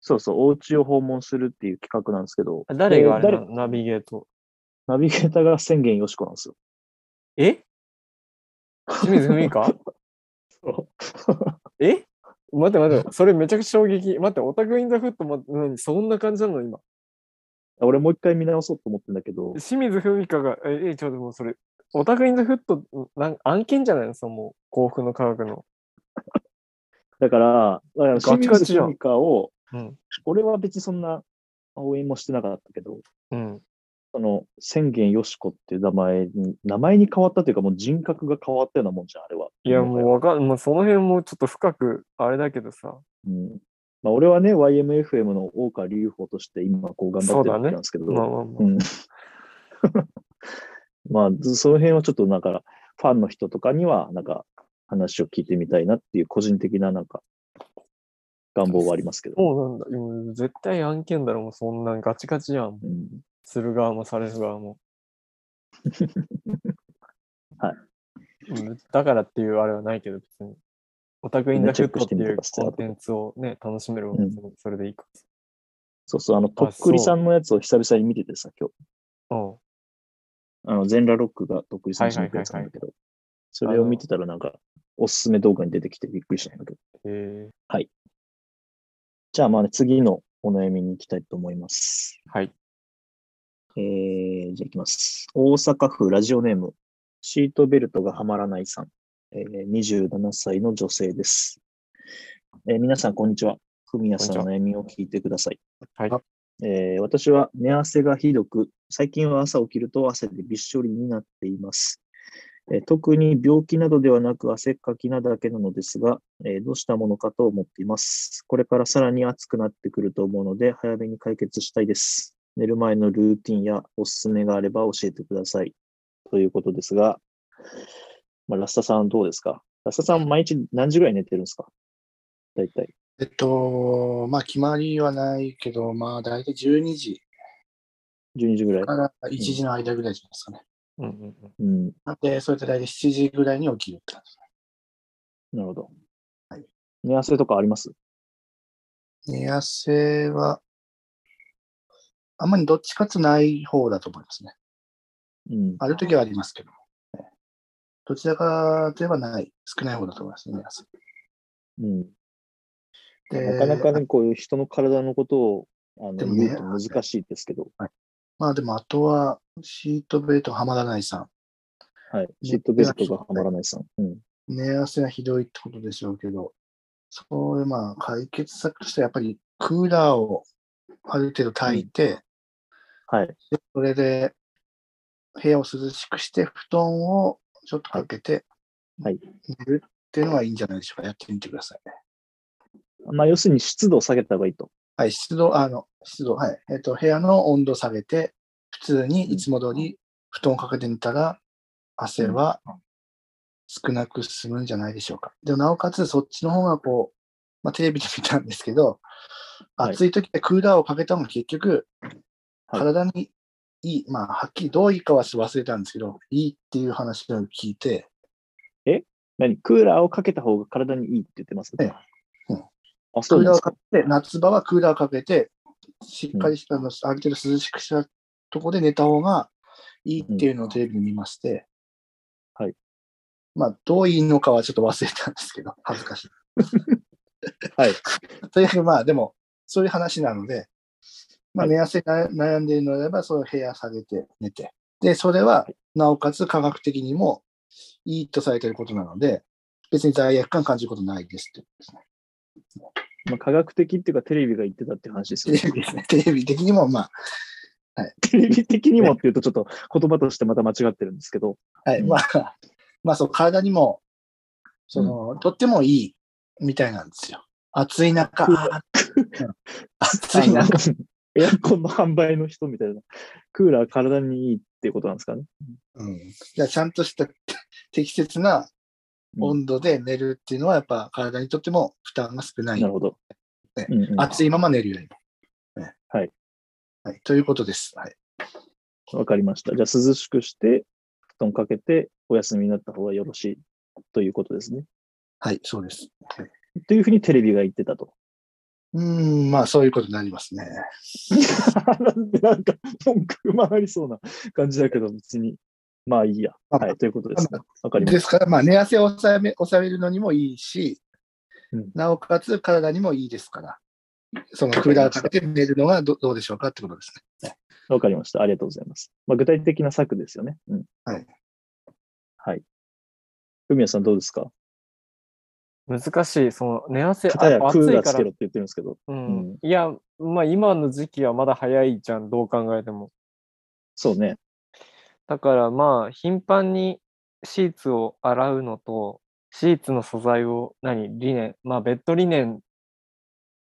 [SPEAKER 1] そうそう、お家を訪問するっていう企画なんですけど、
[SPEAKER 2] あ誰があれ
[SPEAKER 1] で
[SPEAKER 2] な
[SPEAKER 1] 誰
[SPEAKER 2] のナビゲート。
[SPEAKER 1] ナビゲーターが宣言よしこなんですよ。
[SPEAKER 2] え清水文香え待って待って、それめちゃくちゃ衝撃。待って、オタクインザフットも、うん、そんな感じなの今。
[SPEAKER 1] 俺もう一回見直そうと思ってんだけど、
[SPEAKER 2] 清水文香が、え、えちょっともうそれ、オタクインザフットなん案件じゃないのそのもう幸福の科学の。
[SPEAKER 1] だから、だから
[SPEAKER 2] ガチガチじゃん
[SPEAKER 1] ミカを、
[SPEAKER 2] うん。
[SPEAKER 1] 俺は別にそんな応援もしてなかったけど、
[SPEAKER 2] うん。
[SPEAKER 1] その宣言よしこっていう名前に、名前に変わったというか、もう人格が変わったようなもんじゃん、あれは。
[SPEAKER 2] いや、もうわかん、まあ、その辺もちょっと深く、あれだけどさ。
[SPEAKER 1] うんまあ、俺はね、YMFM の大川隆法として今こう頑張ってるわけなんですけど、
[SPEAKER 2] まあまあまあ。
[SPEAKER 1] うんまあ、その辺はちょっとなんか、ファンの人とかには、なんか、話を聞いてみたいなっていう個人的ななんか願望はありますけど。
[SPEAKER 2] そうなんだ。でも絶対案件だろ、もうそんなんガチガチやん。
[SPEAKER 1] うん、
[SPEAKER 2] する側もされる側も。
[SPEAKER 1] はい
[SPEAKER 2] うん。だからっていうあれはないけど、別に。オタクインダクットって
[SPEAKER 1] みんなチェックしてみて
[SPEAKER 2] いう
[SPEAKER 1] ください
[SPEAKER 2] コンテンツをね、楽しめれば別にそれでいいか。
[SPEAKER 1] そうそう、あの、とっくりさんのやつを久々に見ててさ、今日。
[SPEAKER 2] うん。は
[SPEAKER 1] あの、全裸ロックがとっくりさんのやつなんだけど、それを見てたらなんか、おすすめ動画に出てきてびっくりしたんだけど。
[SPEAKER 2] いえ
[SPEAKER 1] じゃあまあ、ね、次のお悩みに行きたいと思います。
[SPEAKER 2] ー、はい。
[SPEAKER 1] えー、じゃあ行きます。大阪府ラジオネーム、シートベルトがはまらないさん、えー、27歳の女性です。えー皆さん、こんにちは。ふみやさんの
[SPEAKER 2] こん
[SPEAKER 1] 悩みを聞いてください。
[SPEAKER 2] はい。
[SPEAKER 3] あ
[SPEAKER 1] えー私は寝汗がひどく、最近は朝起きると汗でびっしょりになっています。えー特に病気などではなく汗っかきなだけなのですが、えーどうしたものかと思っています。これからさらに暑くなってくると思うので、早めに解決したいです。寝る前のルーティンやおすすめがあれば教えてください。ということですが、まあ、ラスタさんどうですかラスタさん毎日何時ぐらい寝てるんですか大体。
[SPEAKER 3] えっと、まあ、決まりはないけど、まあ、大体12時
[SPEAKER 1] 12時ぐらい。
[SPEAKER 3] から1時の間ぐらいじゃないですかね。
[SPEAKER 2] うんうんうん。
[SPEAKER 1] うん、
[SPEAKER 3] なんで、それで大体7時ぐらいに起きるって感じ。
[SPEAKER 1] なるほど
[SPEAKER 3] はい。
[SPEAKER 1] 寝汗とかあります
[SPEAKER 3] 寝汗は、あんまりどっちかつない方だと思いますね。
[SPEAKER 1] うん。
[SPEAKER 3] あるときはありますけども、ねどちらかといえばない、少ない方だと思いますね、寝汗
[SPEAKER 1] うん、
[SPEAKER 3] で
[SPEAKER 1] なかなかね、こういう人の体のことをあの
[SPEAKER 3] でもね
[SPEAKER 1] 言うと難しいですけど、
[SPEAKER 3] まあでも、あとは、シートベルトはまらないさん。
[SPEAKER 1] はい。シートベルトがはまらないさん。うん。
[SPEAKER 3] 寝汗がひどいってことでしょうけど、そこでまあ解決策としてはやっぱりクーラーをある程度焚いて、
[SPEAKER 1] はい。
[SPEAKER 3] でそれで部屋を涼しくして、布団をちょっとかけて、
[SPEAKER 1] はい
[SPEAKER 3] 寝るっていうのはいいんじゃないでしょうか。やってみてくださいね。
[SPEAKER 1] まあ、要するに湿度を下げた方がいいと。
[SPEAKER 3] はい、湿度、あの、湿度、はい。えっ、と、部屋の温度下げて、普通にいつも通り布団をかけてみたら、汗は少なく済むんじゃないでしょうか。で、なおかつ、そっちの方がこう、まあ、テレビで見たんですけど、
[SPEAKER 1] はい
[SPEAKER 3] 暑い時ってクーラーをかけた方が結局、
[SPEAKER 1] はい
[SPEAKER 3] 体にいい、まあ、はっきりどういいかは忘れたんですけど、いいっていう話を聞いて、
[SPEAKER 1] 何クーラーをかけた方が体にいいって言ってます
[SPEAKER 3] ええうん
[SPEAKER 1] あ、そ
[SPEAKER 3] ク
[SPEAKER 1] う
[SPEAKER 3] ー
[SPEAKER 1] なんで
[SPEAKER 3] ラーを
[SPEAKER 1] すか
[SPEAKER 3] か。けて、夏場はクーラーをかけて、しっかりした、あのある程度涼しくしたとこで寝た方がいいっていうのをテレビで見まして、
[SPEAKER 1] うんはい。
[SPEAKER 3] まあ、どういいのかはちょっと忘れたんですけど、 恥ずかしい。
[SPEAKER 1] はい。
[SPEAKER 3] とりあえず、まあ、でも、そういう話なので、まあ、
[SPEAKER 1] はい
[SPEAKER 3] 寝汗な悩んでいるのであれば、その部屋下げて寝て。で、それは、なおかつ科学的にもいいとされていることなので、別に罪悪感感じることないですってことですね。
[SPEAKER 1] まあ、科学的っていうかテレビが言ってたっていう話です
[SPEAKER 3] テ
[SPEAKER 1] よね。
[SPEAKER 3] レビですね。テレビ的にも、ま
[SPEAKER 1] テレビ的にもっていうとちょっと言葉としてまた間違ってるんですけど、
[SPEAKER 3] あ、はい、
[SPEAKER 1] うん
[SPEAKER 3] まあ、まあそう、体にも、その、とってもいいみたいなんですよ。暑い中、
[SPEAKER 1] うん
[SPEAKER 3] あーうん暑
[SPEAKER 1] あ
[SPEAKER 3] い
[SPEAKER 1] の
[SPEAKER 3] 中、
[SPEAKER 1] エアコンの販売の人みたいな、クーラー体にいいっていうことなんですかね。
[SPEAKER 3] うん、じゃあちゃんとした適切な温度で寝るっていうのは、やっぱ体にとっても負担が少ない。
[SPEAKER 1] なるほど。
[SPEAKER 3] ね
[SPEAKER 1] うんうん
[SPEAKER 3] 暑いまま寝るよりも、ね
[SPEAKER 1] はい。
[SPEAKER 3] はい。ということです。はい。
[SPEAKER 1] わかりました。じゃあ、涼しくして、布団かけて、お休みになった方がよろしいということですね。
[SPEAKER 3] はい、そうです。はい、
[SPEAKER 1] というふうにテレビが言ってたと。
[SPEAKER 3] うーん、まあそういうことになりますね。
[SPEAKER 1] なんで、なんか、文句回りそうな感じだけど、別に。まあいいや。
[SPEAKER 3] まあ
[SPEAKER 1] はい、ということですね。わかりまし
[SPEAKER 3] ですから、まあ、寝汗を抑えめ抑えるのにもいいし、
[SPEAKER 1] うん
[SPEAKER 3] なおかつ体にもいいですから、そのクーラーをかけて寝るのがどどうでしょうかってことですね。
[SPEAKER 1] た。わかりました。ありがとうございます。まあ、具体的な策ですよね。うん。
[SPEAKER 3] はい。
[SPEAKER 1] はい。海谷さんどうですか
[SPEAKER 2] 難しい、その寝汗、
[SPEAKER 1] 片や
[SPEAKER 2] あ
[SPEAKER 1] ク
[SPEAKER 2] 暑
[SPEAKER 1] ー
[SPEAKER 2] い
[SPEAKER 1] ラー
[SPEAKER 2] か
[SPEAKER 1] つ
[SPEAKER 2] ら
[SPEAKER 1] けろって言ってるんですけど。
[SPEAKER 2] うん
[SPEAKER 1] うん
[SPEAKER 2] いや、まあ今の時期はまだ早いじゃん、どう考えても。
[SPEAKER 1] そうね。
[SPEAKER 2] だからまあ頻繁にシーツを洗うのと、シーツの素材を何、リネン、まあベッドリネン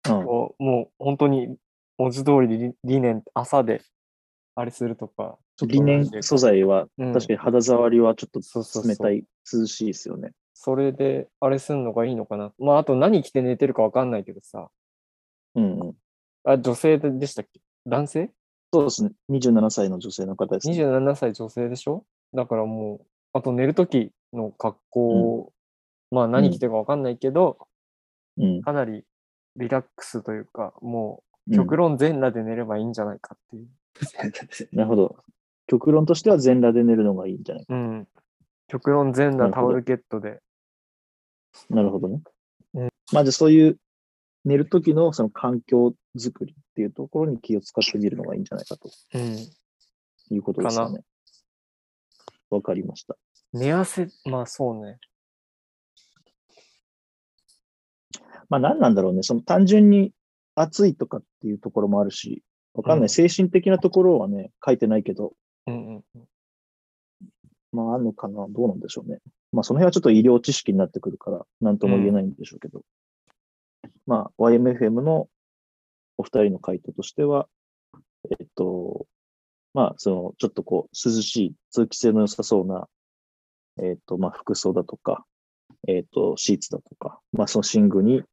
[SPEAKER 1] うん。
[SPEAKER 2] をもう本当に文字通りリリネン、朝であれするとか。
[SPEAKER 1] リネン素材は、
[SPEAKER 2] うん
[SPEAKER 1] 確かに肌触りはちょっと
[SPEAKER 2] そうそうそう
[SPEAKER 1] 冷たい、涼しいですよね。
[SPEAKER 2] それで、あれすんのがいいのかな。まあ、あと何着て寝てるかわかんないけどさ。
[SPEAKER 1] うんうん。
[SPEAKER 2] あ、女性でしたっけ男性
[SPEAKER 1] そうですね。27歳の女性の方です、ね。
[SPEAKER 2] ?27 歳女性でしょだからもう、あと寝る時の格好を、まあ何着てるかわかんないけど、
[SPEAKER 1] うん
[SPEAKER 2] かなりリラックスというか、も
[SPEAKER 1] う
[SPEAKER 2] う、
[SPEAKER 1] ん。
[SPEAKER 2] 極論全裸で寝ればいいんじゃないかっていう。
[SPEAKER 1] なるほど。極論としては全裸で寝るのがいいんじゃないか。
[SPEAKER 2] うん。極論全
[SPEAKER 1] な
[SPEAKER 2] 裸
[SPEAKER 1] るほ
[SPEAKER 2] タ
[SPEAKER 1] ど
[SPEAKER 2] オルケットで。
[SPEAKER 1] なるほどね。
[SPEAKER 2] うん
[SPEAKER 1] まあじゃあそういう寝る時のその環境づくりっていうところに気を使ってみるのがいいんじゃないかと
[SPEAKER 2] うん。
[SPEAKER 1] いうことですよね。わかりました。
[SPEAKER 2] 寝汗、まあそうね。
[SPEAKER 1] まあ何なんだろうね。その単純に暑いとかっていうところもあるし、わかんない。
[SPEAKER 2] うん
[SPEAKER 1] 精神的なところはね、書いてないけど、
[SPEAKER 2] うんうん。
[SPEAKER 1] まああるのかな。どうなんでしょうね。まあその辺はちょっと医療知識になってくるから、なんとも言えないんでしょうけど。まあ YMFM のお二人の回答としては、えっと、まあそのちょっとこう涼しい、通気性の良さそうな、えっとまあ服装だとか、えっとシーツだとか、まあその寝具に、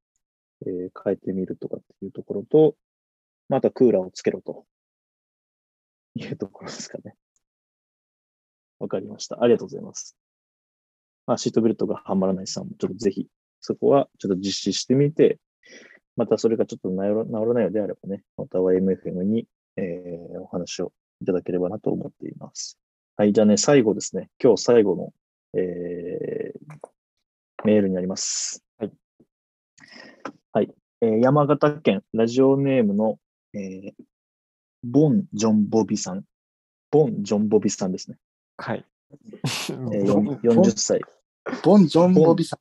[SPEAKER 1] えー変えてみるとかっていうところと、またクーラーをつけろというところですかね。わかりました。ありがとうございます。まあ、シートベルトがはまらないさんも、ちょっとぜひ、そこはちょっと実施してみて、またそれがちょっと治ら治らないようであればね、また YMFM に、えーお話をいただければなと思っています。はい、じゃあね、最後ですね。今日最後の、えーメールになります。はい。はい。えー山形県ラジオネームの、えーボン・ジョン・ボビさん。ボン・ジョン・ボビさんですね。
[SPEAKER 2] はい。
[SPEAKER 1] えー
[SPEAKER 3] ボンボン
[SPEAKER 1] 40歳。
[SPEAKER 3] ボン・ジョン・ボビさん。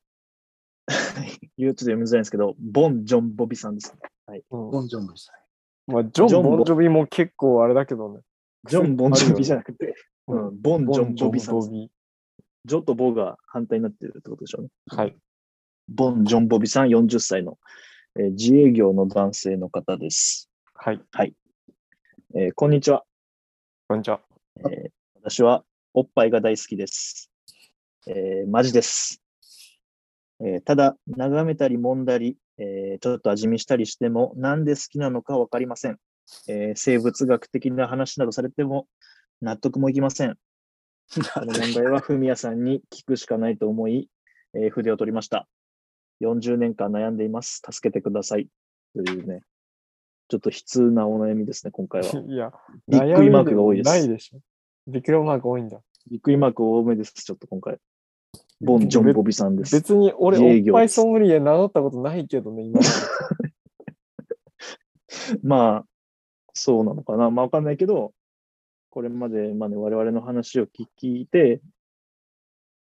[SPEAKER 1] 言うちょっと読みづらいんですけど、ボン・ジョン・ボビさんです。
[SPEAKER 2] うん
[SPEAKER 3] ボン・ジョン・ボビさん。
[SPEAKER 2] まあ、ジョ
[SPEAKER 1] ジョ
[SPEAKER 2] ン・
[SPEAKER 1] ンボ
[SPEAKER 2] ボンジョビも結構あれだけどね。
[SPEAKER 1] ジョン・ボン・ジョビじゃ
[SPEAKER 2] ん。
[SPEAKER 1] なくて、
[SPEAKER 2] う
[SPEAKER 1] うん
[SPEAKER 2] ん、
[SPEAKER 1] ボン・ジ
[SPEAKER 2] ボ
[SPEAKER 1] ョン・
[SPEAKER 2] ン・ジョ
[SPEAKER 1] ボ
[SPEAKER 2] ン・
[SPEAKER 1] ビさんで
[SPEAKER 2] ボ
[SPEAKER 1] す。
[SPEAKER 2] ビ。
[SPEAKER 1] ジョとボが反対になってるってことでしょうね。
[SPEAKER 2] はい。
[SPEAKER 1] ボン・ジョン・ボビさん、40歳の、えー自営業の男性の方です。
[SPEAKER 2] はい。
[SPEAKER 1] えーこんにちは。
[SPEAKER 2] こんにちは。
[SPEAKER 1] えー私はおっぱいが大好きです。えーマジです。えーただ、眺めたり揉んだり、えーちょっと味見したりしても、なんで好きなのかわかりません、えー生物学的な話などされても、納得もいきません。この問題はフミヤさんに聞くしかないと思い、えー筆を取りました。40年間悩んでいます。助けてください。というね、ちょっと悲痛なお悩みですね、今回は。
[SPEAKER 2] いや、
[SPEAKER 1] びっくりマークが多いです
[SPEAKER 2] 悩みもないでしょ。びっくりマーク多いんだ。
[SPEAKER 1] びっくりマーク多めです、ちょっと今回。ボン・ジョン・ボビさんです。
[SPEAKER 2] 別に俺、
[SPEAKER 1] 自営
[SPEAKER 2] おっ
[SPEAKER 1] 業
[SPEAKER 2] ぱ
[SPEAKER 1] で
[SPEAKER 2] い
[SPEAKER 1] す
[SPEAKER 2] ソムリエ名乗ったことないけど ね、今まで。
[SPEAKER 1] まあ、そうなのかな。まあ、わかんないけど、これまで、まあね、我々の話を聞聞いて、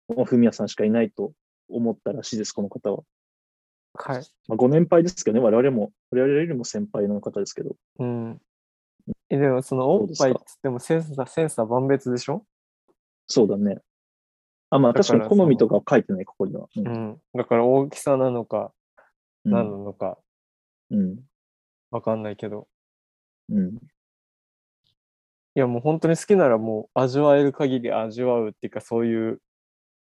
[SPEAKER 1] もうフミヤさんしかいないと思ったらしいです、この方は。
[SPEAKER 2] はい。
[SPEAKER 1] まあ、ご年配ですけどね、我々も、我々よりも先輩の方ですけど。
[SPEAKER 2] うん。え、でもそのおっぱいっつってもセンサー、センサー万別でしょ
[SPEAKER 1] そうだね。あ、まあ、
[SPEAKER 2] だ
[SPEAKER 1] 確
[SPEAKER 2] か
[SPEAKER 1] からに好みとかは書いてない、ここには。うん
[SPEAKER 2] うん。だから大きさなのか、何なのか、
[SPEAKER 1] うん。
[SPEAKER 2] わかんないけど。
[SPEAKER 1] うん。
[SPEAKER 2] いや、もう本当に好きならもう味わえる限り味わうっていうか、そういう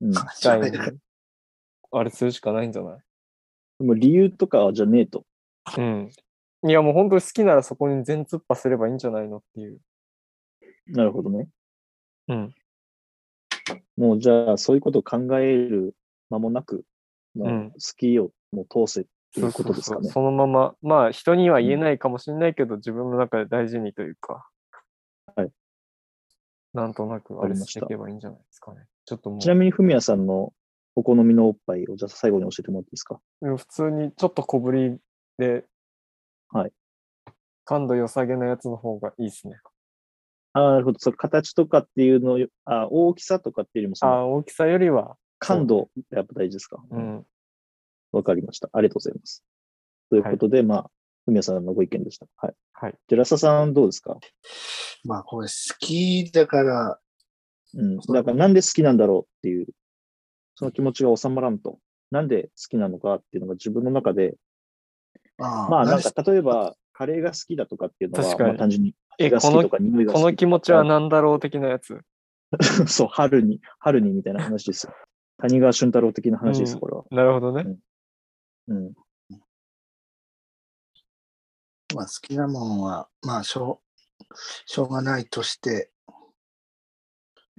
[SPEAKER 1] うん。
[SPEAKER 3] 感
[SPEAKER 2] 機
[SPEAKER 3] じゃ
[SPEAKER 2] 会
[SPEAKER 3] ない
[SPEAKER 2] に、あれするしかないんじゃない
[SPEAKER 1] でも理由とかはじゃねえと。
[SPEAKER 2] うん。いや、もう本当に好きならそこに全突破すればいいんじゃないのっていう。
[SPEAKER 1] なるほどね。
[SPEAKER 2] うん。
[SPEAKER 1] もうじゃあ、そういうことを考える間もなく、まあ
[SPEAKER 2] うん
[SPEAKER 1] 好きをもう通せっていうことですかね。
[SPEAKER 2] そのまま、まあ人には言えないかもしれないけど、自分の中で大事にというか。
[SPEAKER 1] はい。
[SPEAKER 2] なんとなくあれしていけばいいんじゃないですかね。ちょっとも
[SPEAKER 1] ちなみに、フミヤさんのお好みのおっぱいを、じゃあ最後に教えてもらっていいですか。
[SPEAKER 2] う、普通にちょっと小ぶりで、
[SPEAKER 1] はい。
[SPEAKER 2] 感度良さげなやつの方がいいですね。
[SPEAKER 1] あーなるほど。その形とかっていうのよ、あー大きさとかっていうよりも、そ
[SPEAKER 2] あ
[SPEAKER 1] の
[SPEAKER 2] あ、大きさよりは、
[SPEAKER 1] 感度、やっぱ大事ですか。
[SPEAKER 2] う
[SPEAKER 1] わ、
[SPEAKER 2] ん。
[SPEAKER 1] かりました。ありがとうございます。ということで、まあ、フミヤさんのご意見でした。はい。
[SPEAKER 2] はい。
[SPEAKER 1] じゃあ、ラサさんどうですか
[SPEAKER 3] まあ、これ好きだから、
[SPEAKER 1] うん。
[SPEAKER 3] そう
[SPEAKER 1] だから、なんで好きなんだろうっていう、その気持ちが収まらんと。なんで好きなのかっていうのが自分の中で
[SPEAKER 3] あ
[SPEAKER 1] まあなんか例えば、カレーが好きだとかっていうのは、
[SPEAKER 2] 確かに
[SPEAKER 1] まあ単純に
[SPEAKER 2] え、
[SPEAKER 1] 味が
[SPEAKER 2] こ
[SPEAKER 1] 好き
[SPEAKER 2] の
[SPEAKER 1] と、か匂いが
[SPEAKER 2] こ
[SPEAKER 1] 好
[SPEAKER 2] の
[SPEAKER 1] き
[SPEAKER 2] 気持ちは何だろう的なやつ。
[SPEAKER 1] そう、春に、春にみたいな話ですよ。谷川俊太郎的な話です、
[SPEAKER 2] うん
[SPEAKER 1] これは。
[SPEAKER 2] なるほどね。
[SPEAKER 1] うん。
[SPEAKER 3] まあ、好きなもんは、まあ、しょう、しょうがないとして、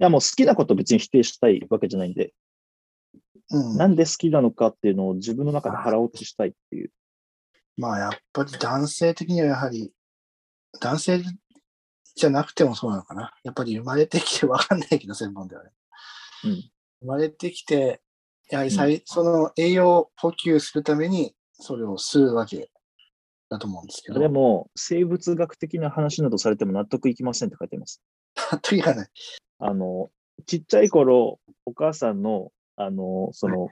[SPEAKER 1] いや、もう好きなこと別に否定したいわけじゃないんで、
[SPEAKER 3] うん。
[SPEAKER 1] なんで好きなのかっていうのを自分の中で腹落ちしたいっていう。
[SPEAKER 3] まあ、やっぱり男性的にはやはり、男性じゃなくてもそうなのかな。やっぱり生まれてきて、わかんないけど、専門ではね。
[SPEAKER 1] うん
[SPEAKER 3] 生まれてきて、やはり最、その栄養補給するために、それをするわけだと思うんですけど。
[SPEAKER 1] でも、生物学的な話などされても納得いきませんって書いてます。
[SPEAKER 3] というかね、
[SPEAKER 1] あの、ちっちゃい頃、お母さんの、あの、その、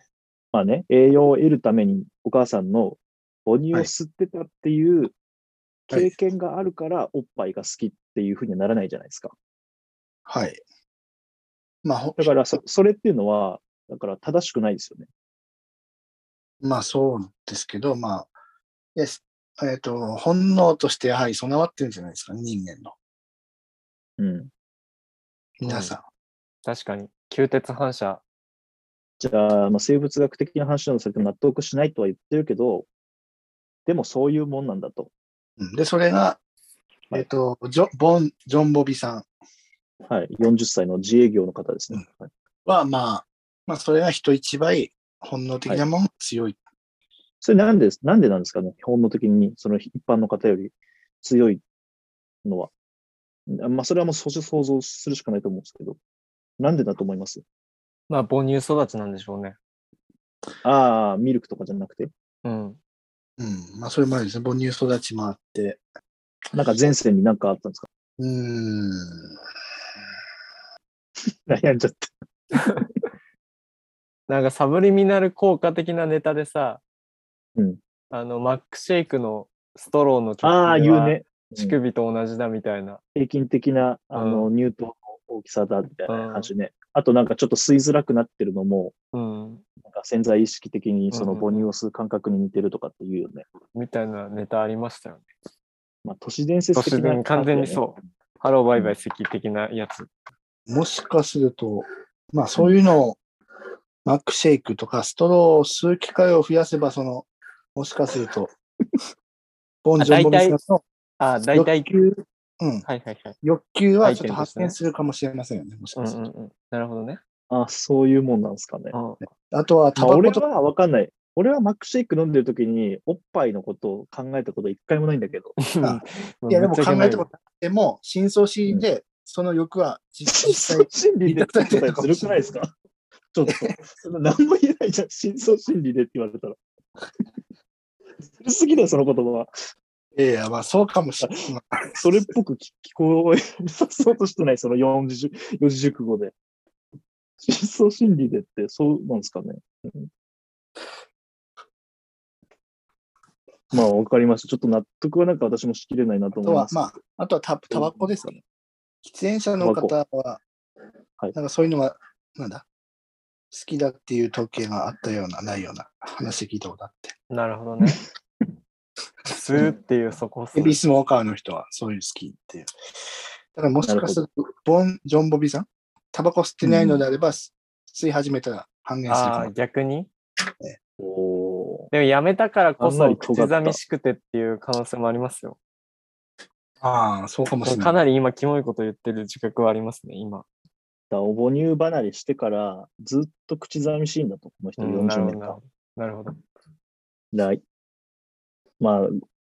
[SPEAKER 1] まあね、栄養を得るためにお母さんの母乳を
[SPEAKER 3] はい
[SPEAKER 1] 吸ってたっていう
[SPEAKER 3] はい
[SPEAKER 1] 経験があるから、おっぱいが好きっていうふうにはならないじゃないですか。
[SPEAKER 3] はい。まあ、ほ
[SPEAKER 1] だからそ、それっていうのは、だから正しくないですよね。
[SPEAKER 3] まあそうですけど、まあ、えすえっ、と、本能としてやはり備わってるんじゃないですか、人間の。
[SPEAKER 1] うん。
[SPEAKER 3] 皆さん。
[SPEAKER 2] 確かに。吸鉄反射。
[SPEAKER 1] じゃあ、まあ、生物学的な話などされても納得しないとは言ってるけど、でもそういうもんなんだと。
[SPEAKER 3] うんで、それが、えっ、と、ジョボン、ジョン・ボビさん
[SPEAKER 1] はい。40歳の自営業の方ですね。はい
[SPEAKER 3] は、まあ、まあ、それが人一倍本能的なものが強い。
[SPEAKER 1] それなんで、なんでなんですかね本能的に、その一般の方より強いのは。まあ、それはもう想像想像するしかないと思うんですけど。なんでだと思います
[SPEAKER 2] まあ、母乳育ちなんでしょうね。
[SPEAKER 1] ああ、ミルクとかじゃなくて。
[SPEAKER 2] うん。
[SPEAKER 3] うん。まあ、それもあるんですね。母乳育ちもあって。
[SPEAKER 1] なんか前世になんかあったんですか
[SPEAKER 3] うーん。
[SPEAKER 1] 悩んじゃった。
[SPEAKER 2] なんかサブリミナル効果的なネタでさ、
[SPEAKER 1] うん
[SPEAKER 2] あの、マックシェイクのストローの
[SPEAKER 1] ああ、
[SPEAKER 2] で
[SPEAKER 1] 言う
[SPEAKER 2] は
[SPEAKER 1] ね。
[SPEAKER 2] 乳首と同じだみたいな。
[SPEAKER 1] 平均的な、あの、乳糖の大きさだ、みたいな感じね。あとなんかちょっと吸いづらくなってるのも、
[SPEAKER 2] うん。
[SPEAKER 1] なんか潜在意識的にその
[SPEAKER 2] うん
[SPEAKER 1] 母乳を吸う感覚に似てるとかっていうよね。
[SPEAKER 2] みたいなネタありましたよね。
[SPEAKER 1] まあ、都市伝説的
[SPEAKER 2] 都市
[SPEAKER 1] な、。
[SPEAKER 2] 伝完全にそうハローバイバイ席的なやつ。
[SPEAKER 3] もしかすると、まあ、そういうのを、マックシェイクとかストローを吸う機会を増やせば、その、もしかすると、ボン・ジョン・ボビさんの
[SPEAKER 2] ああ、大体。
[SPEAKER 3] 欲求、うん、
[SPEAKER 2] はいはいはい。
[SPEAKER 3] 欲求はちょ
[SPEAKER 2] 体験です
[SPEAKER 3] っと発
[SPEAKER 2] ね
[SPEAKER 3] 展するかもしれませんよね、もし
[SPEAKER 2] うん
[SPEAKER 3] か
[SPEAKER 2] う
[SPEAKER 3] する
[SPEAKER 2] ん
[SPEAKER 3] と。
[SPEAKER 2] うん。なるほどね。
[SPEAKER 1] あ、そういうもんなんですかね。
[SPEAKER 2] うん
[SPEAKER 3] あとは、
[SPEAKER 1] ま
[SPEAKER 3] タ
[SPEAKER 1] あ、
[SPEAKER 3] バ
[SPEAKER 1] 俺
[SPEAKER 3] コとか、
[SPEAKER 1] はわかんない。俺はマックシェイク飲んでる時に、おっぱいのことを考えたこと一回もないんだけど。
[SPEAKER 3] いや、でも考えた
[SPEAKER 2] も
[SPEAKER 3] ことなくても、深層心理で、その欲は実実 際、
[SPEAKER 1] 心理でって言ったらずるくないですかちょっと。 そんな何も言えないじゃん。深層心理でって言われたら。 ずるすぎだよ、その言葉は。
[SPEAKER 3] いやいや、まあ、そうかもしれない。
[SPEAKER 1] それっぽく聞聞こえさそうとしてない、その四字熟四字熟語で。深層心理でってそうなんですかね。うんまあ、わかりました。ちょっと納得はなんか私もしきれないなと
[SPEAKER 3] あ
[SPEAKER 1] 思
[SPEAKER 3] と
[SPEAKER 1] い
[SPEAKER 3] は
[SPEAKER 1] ま、す。
[SPEAKER 3] まあ、あとはタタバコですね。喫煙者の方は、
[SPEAKER 1] はい
[SPEAKER 3] なんかそういうのが、なんだ、好きだっていう統計があったような、ないような話聞いたことあって。
[SPEAKER 2] なるほどね。スーっていうそこをす
[SPEAKER 3] ヘ
[SPEAKER 2] る
[SPEAKER 3] ビースモーカーの人はそういう好きっていう。だからもしかすると、ボン・ジョン・ボビさん、タバコ吸ってないのであれば、吸い始めたら半減するか
[SPEAKER 2] ああ、
[SPEAKER 3] も。
[SPEAKER 2] 逆に
[SPEAKER 1] おー
[SPEAKER 2] でもやめたからこ
[SPEAKER 1] あんま
[SPEAKER 2] そ
[SPEAKER 1] り尖った
[SPEAKER 2] 口寂しくてっていう可能性もありますよ。
[SPEAKER 3] ああ、そうかもしれない。
[SPEAKER 2] かなり今キモいこと言ってる自覚はありますね、今。
[SPEAKER 1] だお母乳離れしてからずっと口寂しいんだと、この人
[SPEAKER 2] うんなる
[SPEAKER 1] 40
[SPEAKER 2] ほ
[SPEAKER 1] 年間
[SPEAKER 2] ど。。なるほど。
[SPEAKER 1] だいまあ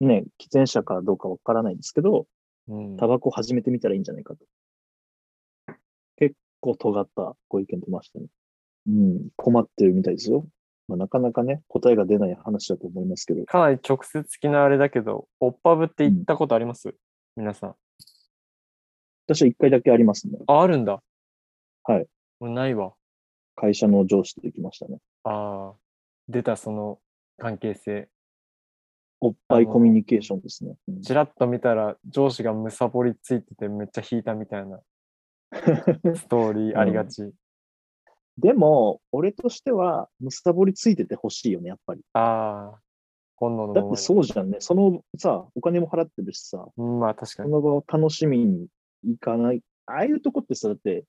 [SPEAKER 1] ね、喫煙者かどうかわからないんですけど、
[SPEAKER 2] うん
[SPEAKER 1] タバコ始めてみたらいいんじゃないかと。結構尖ったご意見出ましたね。うん、困ってるみたいですよ。まあ、なかなかね、答えが出ない話だと思いますけど、
[SPEAKER 2] かなり直接的なあれだけど、オッパブって行ったことあります、皆さん。
[SPEAKER 1] 私は一回だけありますね。
[SPEAKER 2] あ、あるんだ。
[SPEAKER 1] はい。
[SPEAKER 2] 俺ないわ。
[SPEAKER 1] 会社の上司と行きましたね。
[SPEAKER 2] ああ。出たその関係性。
[SPEAKER 1] おっぱいコミュニケーションですね。うん
[SPEAKER 2] ちらっと見たら上司がむさぼりついててめっちゃ引いたみたい なストーリーありがち。
[SPEAKER 1] でも、俺としては、むさぼりついててほしいよね、やっぱり。
[SPEAKER 2] ああ。本能の
[SPEAKER 1] だって
[SPEAKER 2] う。
[SPEAKER 1] そうじゃんね。そのさ、お金も払ってるしさ、
[SPEAKER 2] うんまあ確
[SPEAKER 1] そ
[SPEAKER 2] かに。
[SPEAKER 1] の場を楽しみに行かない。ああいうとこってさ、だって、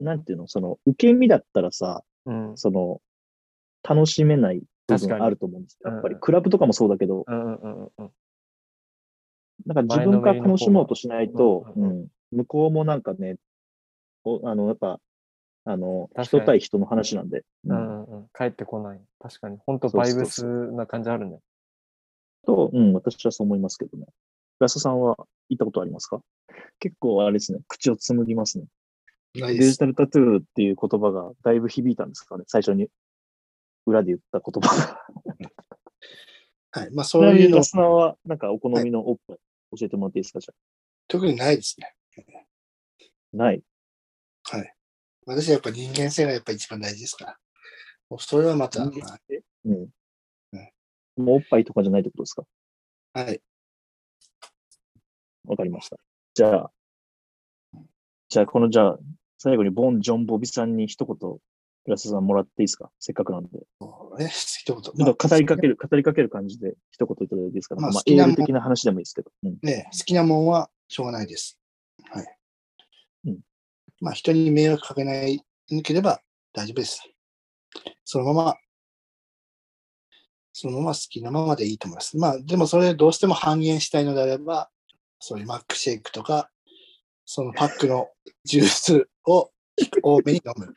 [SPEAKER 1] なんていうの、その、受け身だったらさ、
[SPEAKER 2] うん。
[SPEAKER 1] その、楽しめない部
[SPEAKER 2] 確か
[SPEAKER 1] 分
[SPEAKER 2] に
[SPEAKER 1] あると思うんです。やっぱり
[SPEAKER 2] うん、
[SPEAKER 1] クラブとかもそうだけど、
[SPEAKER 2] うんうんうんうん。
[SPEAKER 1] なんか自分から
[SPEAKER 2] 前のめりの方が
[SPEAKER 1] 楽しもうとしないと、
[SPEAKER 2] う
[SPEAKER 1] うん、
[SPEAKER 2] うん
[SPEAKER 1] 向こうもなんかね、おあの、やっぱ、あの、
[SPEAKER 2] 確か
[SPEAKER 1] 人
[SPEAKER 2] に
[SPEAKER 1] 対人の話なんで、
[SPEAKER 2] う
[SPEAKER 1] うん
[SPEAKER 2] んうんうん。帰ってこない。確かに。本当
[SPEAKER 1] そう
[SPEAKER 2] バイ
[SPEAKER 1] そう
[SPEAKER 2] ブ
[SPEAKER 1] そ
[SPEAKER 2] スな感じあるね。
[SPEAKER 1] と、うん、私はそう思いますけどね。ラストさんは行ったことありますか結構あれですね、口を紡ぎますね。
[SPEAKER 3] ない
[SPEAKER 1] デ
[SPEAKER 3] で
[SPEAKER 1] ジ
[SPEAKER 3] す。
[SPEAKER 1] タルタトゥーっていう言葉がだいぶ響いたんですかね、最初に裏で言った言葉が。
[SPEAKER 3] はい。まあ、
[SPEAKER 1] ち
[SPEAKER 3] そう
[SPEAKER 1] なみ
[SPEAKER 3] い
[SPEAKER 1] に
[SPEAKER 3] うの
[SPEAKER 1] ラス、さんは、なんかお好みのおっぱい教えてもらっていいですかじゃ
[SPEAKER 3] 特にないですね。
[SPEAKER 1] あない。
[SPEAKER 3] はい。私はやっぱ人間性がやっぱ一番大事ですから。もうそれはまた、
[SPEAKER 1] 人間性うん。もうおっぱいとかじゃないってことですか
[SPEAKER 3] はい。
[SPEAKER 1] わかりました。じゃあ、じゃあ、この、じゃあ、最後にボン・ジョン・ボビさんに一言、ラスさんもらっていいですかせっかくなんで。
[SPEAKER 3] もうね、一言。
[SPEAKER 1] ちょっと語りかけ
[SPEAKER 3] る。
[SPEAKER 1] る、語りかける感じで一言いただいていいですか、
[SPEAKER 3] ま
[SPEAKER 1] ま
[SPEAKER 3] あ
[SPEAKER 1] あ
[SPEAKER 3] 好、き
[SPEAKER 1] エ
[SPEAKER 3] な
[SPEAKER 1] ー
[SPEAKER 3] もん
[SPEAKER 1] ル的な話でもいいですけど。うん、
[SPEAKER 3] ね、好きなもんはしょうがないです。はい。
[SPEAKER 1] うん
[SPEAKER 3] まあ、人に迷惑かけない、なければ大丈夫です。そのまま、そのまま好きなままでいいと思います。まあ、でもそれどうしても半減したいのであれば、そういうマックシェイクとか、そのパックのジュースを多めに飲む。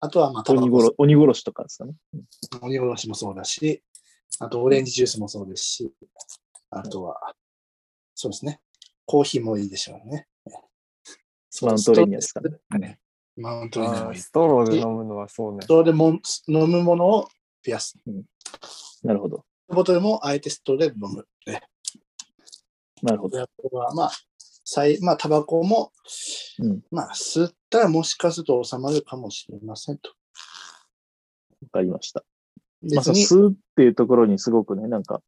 [SPEAKER 3] あとはまあ、タバ
[SPEAKER 1] 鬼
[SPEAKER 3] コ
[SPEAKER 1] 殺鬼殺しとかですかね。
[SPEAKER 3] 鬼殺しもそうだし、あとオレンジジュースもそうですし、あとは、そうですね、コーヒーもいいでしょうね。
[SPEAKER 1] マウントレーニアですかね。
[SPEAKER 3] ね。マウントレーニア
[SPEAKER 2] あ
[SPEAKER 3] も
[SPEAKER 2] ー
[SPEAKER 3] いい。
[SPEAKER 2] ストローで飲むのはそうね。
[SPEAKER 3] それでもん飲むものを増やす。
[SPEAKER 1] なるほど。
[SPEAKER 3] ボトルもあえてストローで飲む。ね、
[SPEAKER 1] なるほど。
[SPEAKER 3] あとは、まあ、最まあ、タバコも、
[SPEAKER 1] うん
[SPEAKER 3] まあ、吸ったらもしかすると収まるかもしれませんと。
[SPEAKER 1] わかりました。まあ、
[SPEAKER 3] 別
[SPEAKER 1] その
[SPEAKER 3] に、
[SPEAKER 1] 吸うっていうところにすごくね、なんか、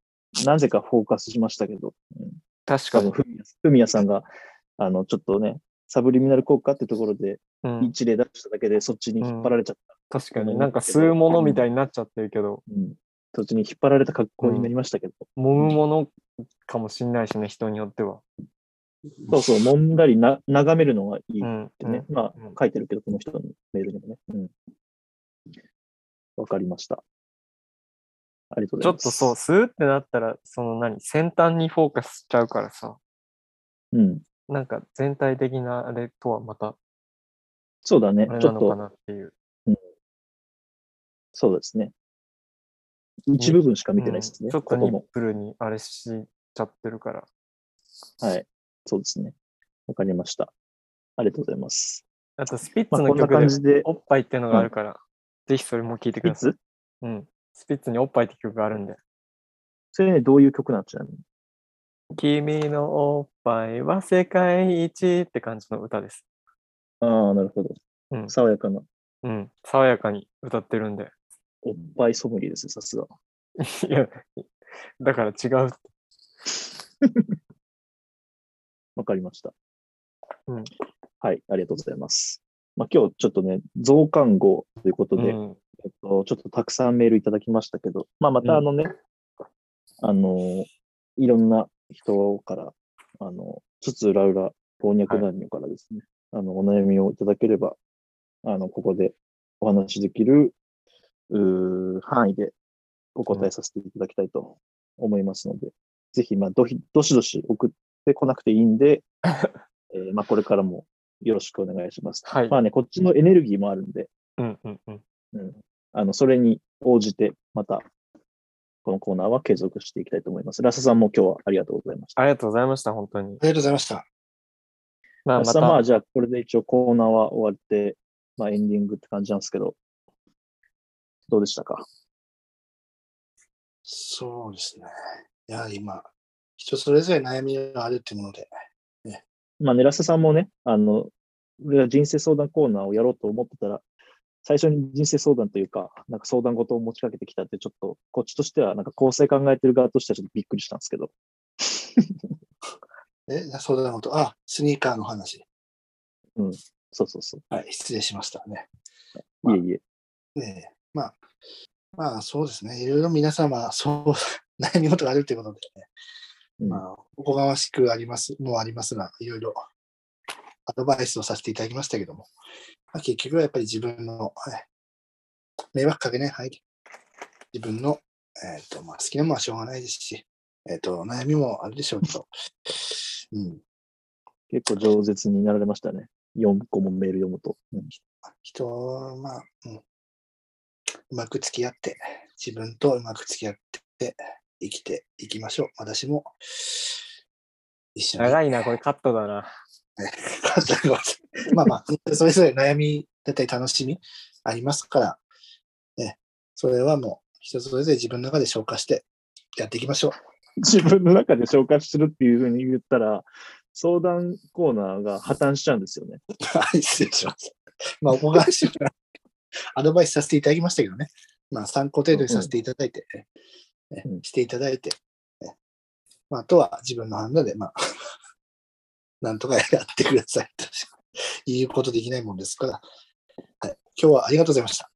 [SPEAKER 1] なぜかフォーカスしましたけど、うん、
[SPEAKER 2] 確か
[SPEAKER 1] 多分
[SPEAKER 2] に。
[SPEAKER 1] ふみやふみやさんが、あの、ちょっとね、サブリミナル効果ってところで、
[SPEAKER 2] うん、
[SPEAKER 1] 一例出しただけで、そっちに引っ張られちゃった。
[SPEAKER 2] 確かになんか吸うものみたいになっちゃってるけど、
[SPEAKER 1] うんそっちに引っ張られた格好になりましたけど、
[SPEAKER 2] 揉むものかもしんないしね、人によっては。
[SPEAKER 1] そうそう、揉んだりな眺めるのがいいっ
[SPEAKER 2] うん。
[SPEAKER 1] てね、まあ
[SPEAKER 2] うん、
[SPEAKER 1] 書いてるけど、この人のメールにもね。うん。わかりました。ありがとうご
[SPEAKER 2] ち
[SPEAKER 1] ざ
[SPEAKER 2] ょ
[SPEAKER 1] い
[SPEAKER 2] っ
[SPEAKER 1] ます。
[SPEAKER 2] とそう、吸うってなったら、その何、先端にフォーカスしちゃうからさ、
[SPEAKER 1] うん。
[SPEAKER 2] なんか全体的なあれとはまた、
[SPEAKER 1] そうだね
[SPEAKER 2] あれ。
[SPEAKER 1] ちょ
[SPEAKER 2] な
[SPEAKER 1] っ
[SPEAKER 2] のか
[SPEAKER 1] と、
[SPEAKER 2] なっていう。
[SPEAKER 1] そうですね。一部分しか見てないです
[SPEAKER 2] う
[SPEAKER 1] ね。
[SPEAKER 2] んちょっと
[SPEAKER 1] こ
[SPEAKER 2] ニ
[SPEAKER 1] こ
[SPEAKER 2] ッ
[SPEAKER 1] も。
[SPEAKER 2] プルにあれしちゃってるから。
[SPEAKER 1] はい。そうですね。わかりました。ありがとうございます。
[SPEAKER 2] あと、スピッ
[SPEAKER 1] まあ、こ
[SPEAKER 2] ツの
[SPEAKER 1] んな
[SPEAKER 2] 曲
[SPEAKER 1] 感
[SPEAKER 2] で、
[SPEAKER 1] じで、
[SPEAKER 2] おっぱいっていうのがあるから、ぜひそれも聴いてく
[SPEAKER 1] い
[SPEAKER 2] ださい。
[SPEAKER 1] つ
[SPEAKER 2] うん。スピッツにおっぱいって曲があるんで。
[SPEAKER 1] それね、どういう曲なんちなみに。
[SPEAKER 2] 君のおっぱいは世界一って感じの歌です。
[SPEAKER 1] ああ、なるほど。
[SPEAKER 2] うん
[SPEAKER 1] 爽やかな。
[SPEAKER 2] うん。爽やかに歌ってるんで。
[SPEAKER 1] おっぱいソムリエですね、さすが。
[SPEAKER 2] いや、だから違う。
[SPEAKER 1] わかりました。
[SPEAKER 2] うん
[SPEAKER 1] はい、ありがとうございます。まあ、今日ちょっとね、増刊号ということで、
[SPEAKER 2] うん、
[SPEAKER 1] えっと、ちょっとたくさんメールいただきましたけど、まあ、ま
[SPEAKER 2] う
[SPEAKER 1] た
[SPEAKER 2] ん
[SPEAKER 1] あのね、あの、いろんな人から、あの、つつらうら、老若男女からですね、あの、お悩みをいただければ、あの、ここでお話しできる、うー範囲でお答えさせていただきたいと思いますので、ぜひ、まあ、どひ、どしどし送ってこなくていいん で、えーまあ、これからもよろしくお願いします。
[SPEAKER 2] はい
[SPEAKER 1] まあね、こっちのエネルギーもあるんで、
[SPEAKER 2] うん、うん、うん。
[SPEAKER 1] うんあの、それに応じて、また、このコーナーは継続していきたいと思います。ラスさんも今日はありがとうございました。
[SPEAKER 2] ありがとうございました、本当に。
[SPEAKER 3] ありがとうございました。
[SPEAKER 2] まあ、
[SPEAKER 1] ラ
[SPEAKER 2] ま
[SPEAKER 1] スさん、ま
[SPEAKER 2] た
[SPEAKER 1] あ、、じゃあ、これで一応コーナーは終わって、まあ、エンディングって感じなんですけど、どうでしたか
[SPEAKER 3] そうですね。やはり今、人それぞれ悩みがあるっていうもので、
[SPEAKER 1] まあね、ラスさんもね、あの、俺が人生相談コーナーをやろうと思ってたら、最初に人生相談というか、なんか相談事を持ちかけてきたって、ちょっと、こっちとしては、なんか構成考えてる側としてはちょっとびっくりしたんですけど、
[SPEAKER 3] え、そうだなこと。あ、スニーカーの話。
[SPEAKER 1] そうそうそ
[SPEAKER 3] はい、失礼しましたね。
[SPEAKER 1] う。いえいえ。
[SPEAKER 3] ねえまあ、まあそうですね。いろいろ皆様、そう、 悩み事があるということで、
[SPEAKER 1] うん
[SPEAKER 3] まあ、おこがましくあります、もうありますが、いろいろアドバイスをさせていただきましたけども、まあ、結局はやっぱり自分の、え迷惑かけない範囲で、自分の、えっ、と、まあ、好きなものはしょうがないですし、えっ、と、悩みもあるでしょう けど、うん、
[SPEAKER 1] 結構饒舌になられましたね。4個もメール読むと。うん
[SPEAKER 3] 人を、まあ、うん、うまく付き合って、自分とうまく付き合って、生きていきましょう。私も、一緒に。
[SPEAKER 2] 長いな、これカットだな。
[SPEAKER 3] まあまあ、それぞれ悩みだったり楽しみありますから、ね、それはもう人それぞれ自分の中で消化してやっていきましょう。
[SPEAKER 1] 自分の中で紹介するっていうふうに言ったら、相談コーナーが破綻しちゃうんですよね。
[SPEAKER 3] はい、失礼します。 まあ、おこがましいからアドバイスさせていただきましたけどね。まあ、参考程度にさせていただいて、ね
[SPEAKER 1] うん
[SPEAKER 3] していただいて、ねまあ、あとは自分の判断で、まあ、 なんとかやってくださいとしかいうことできないもんですから、はい、今日はありがとうございました。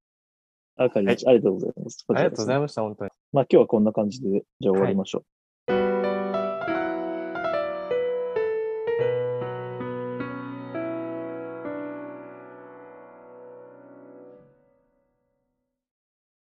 [SPEAKER 1] あかりましたありがとうございます。
[SPEAKER 2] ありがとうござ
[SPEAKER 1] ま
[SPEAKER 2] いました、本当に。
[SPEAKER 1] まあ今日はこんな感じで、じゃあ終わりましょう。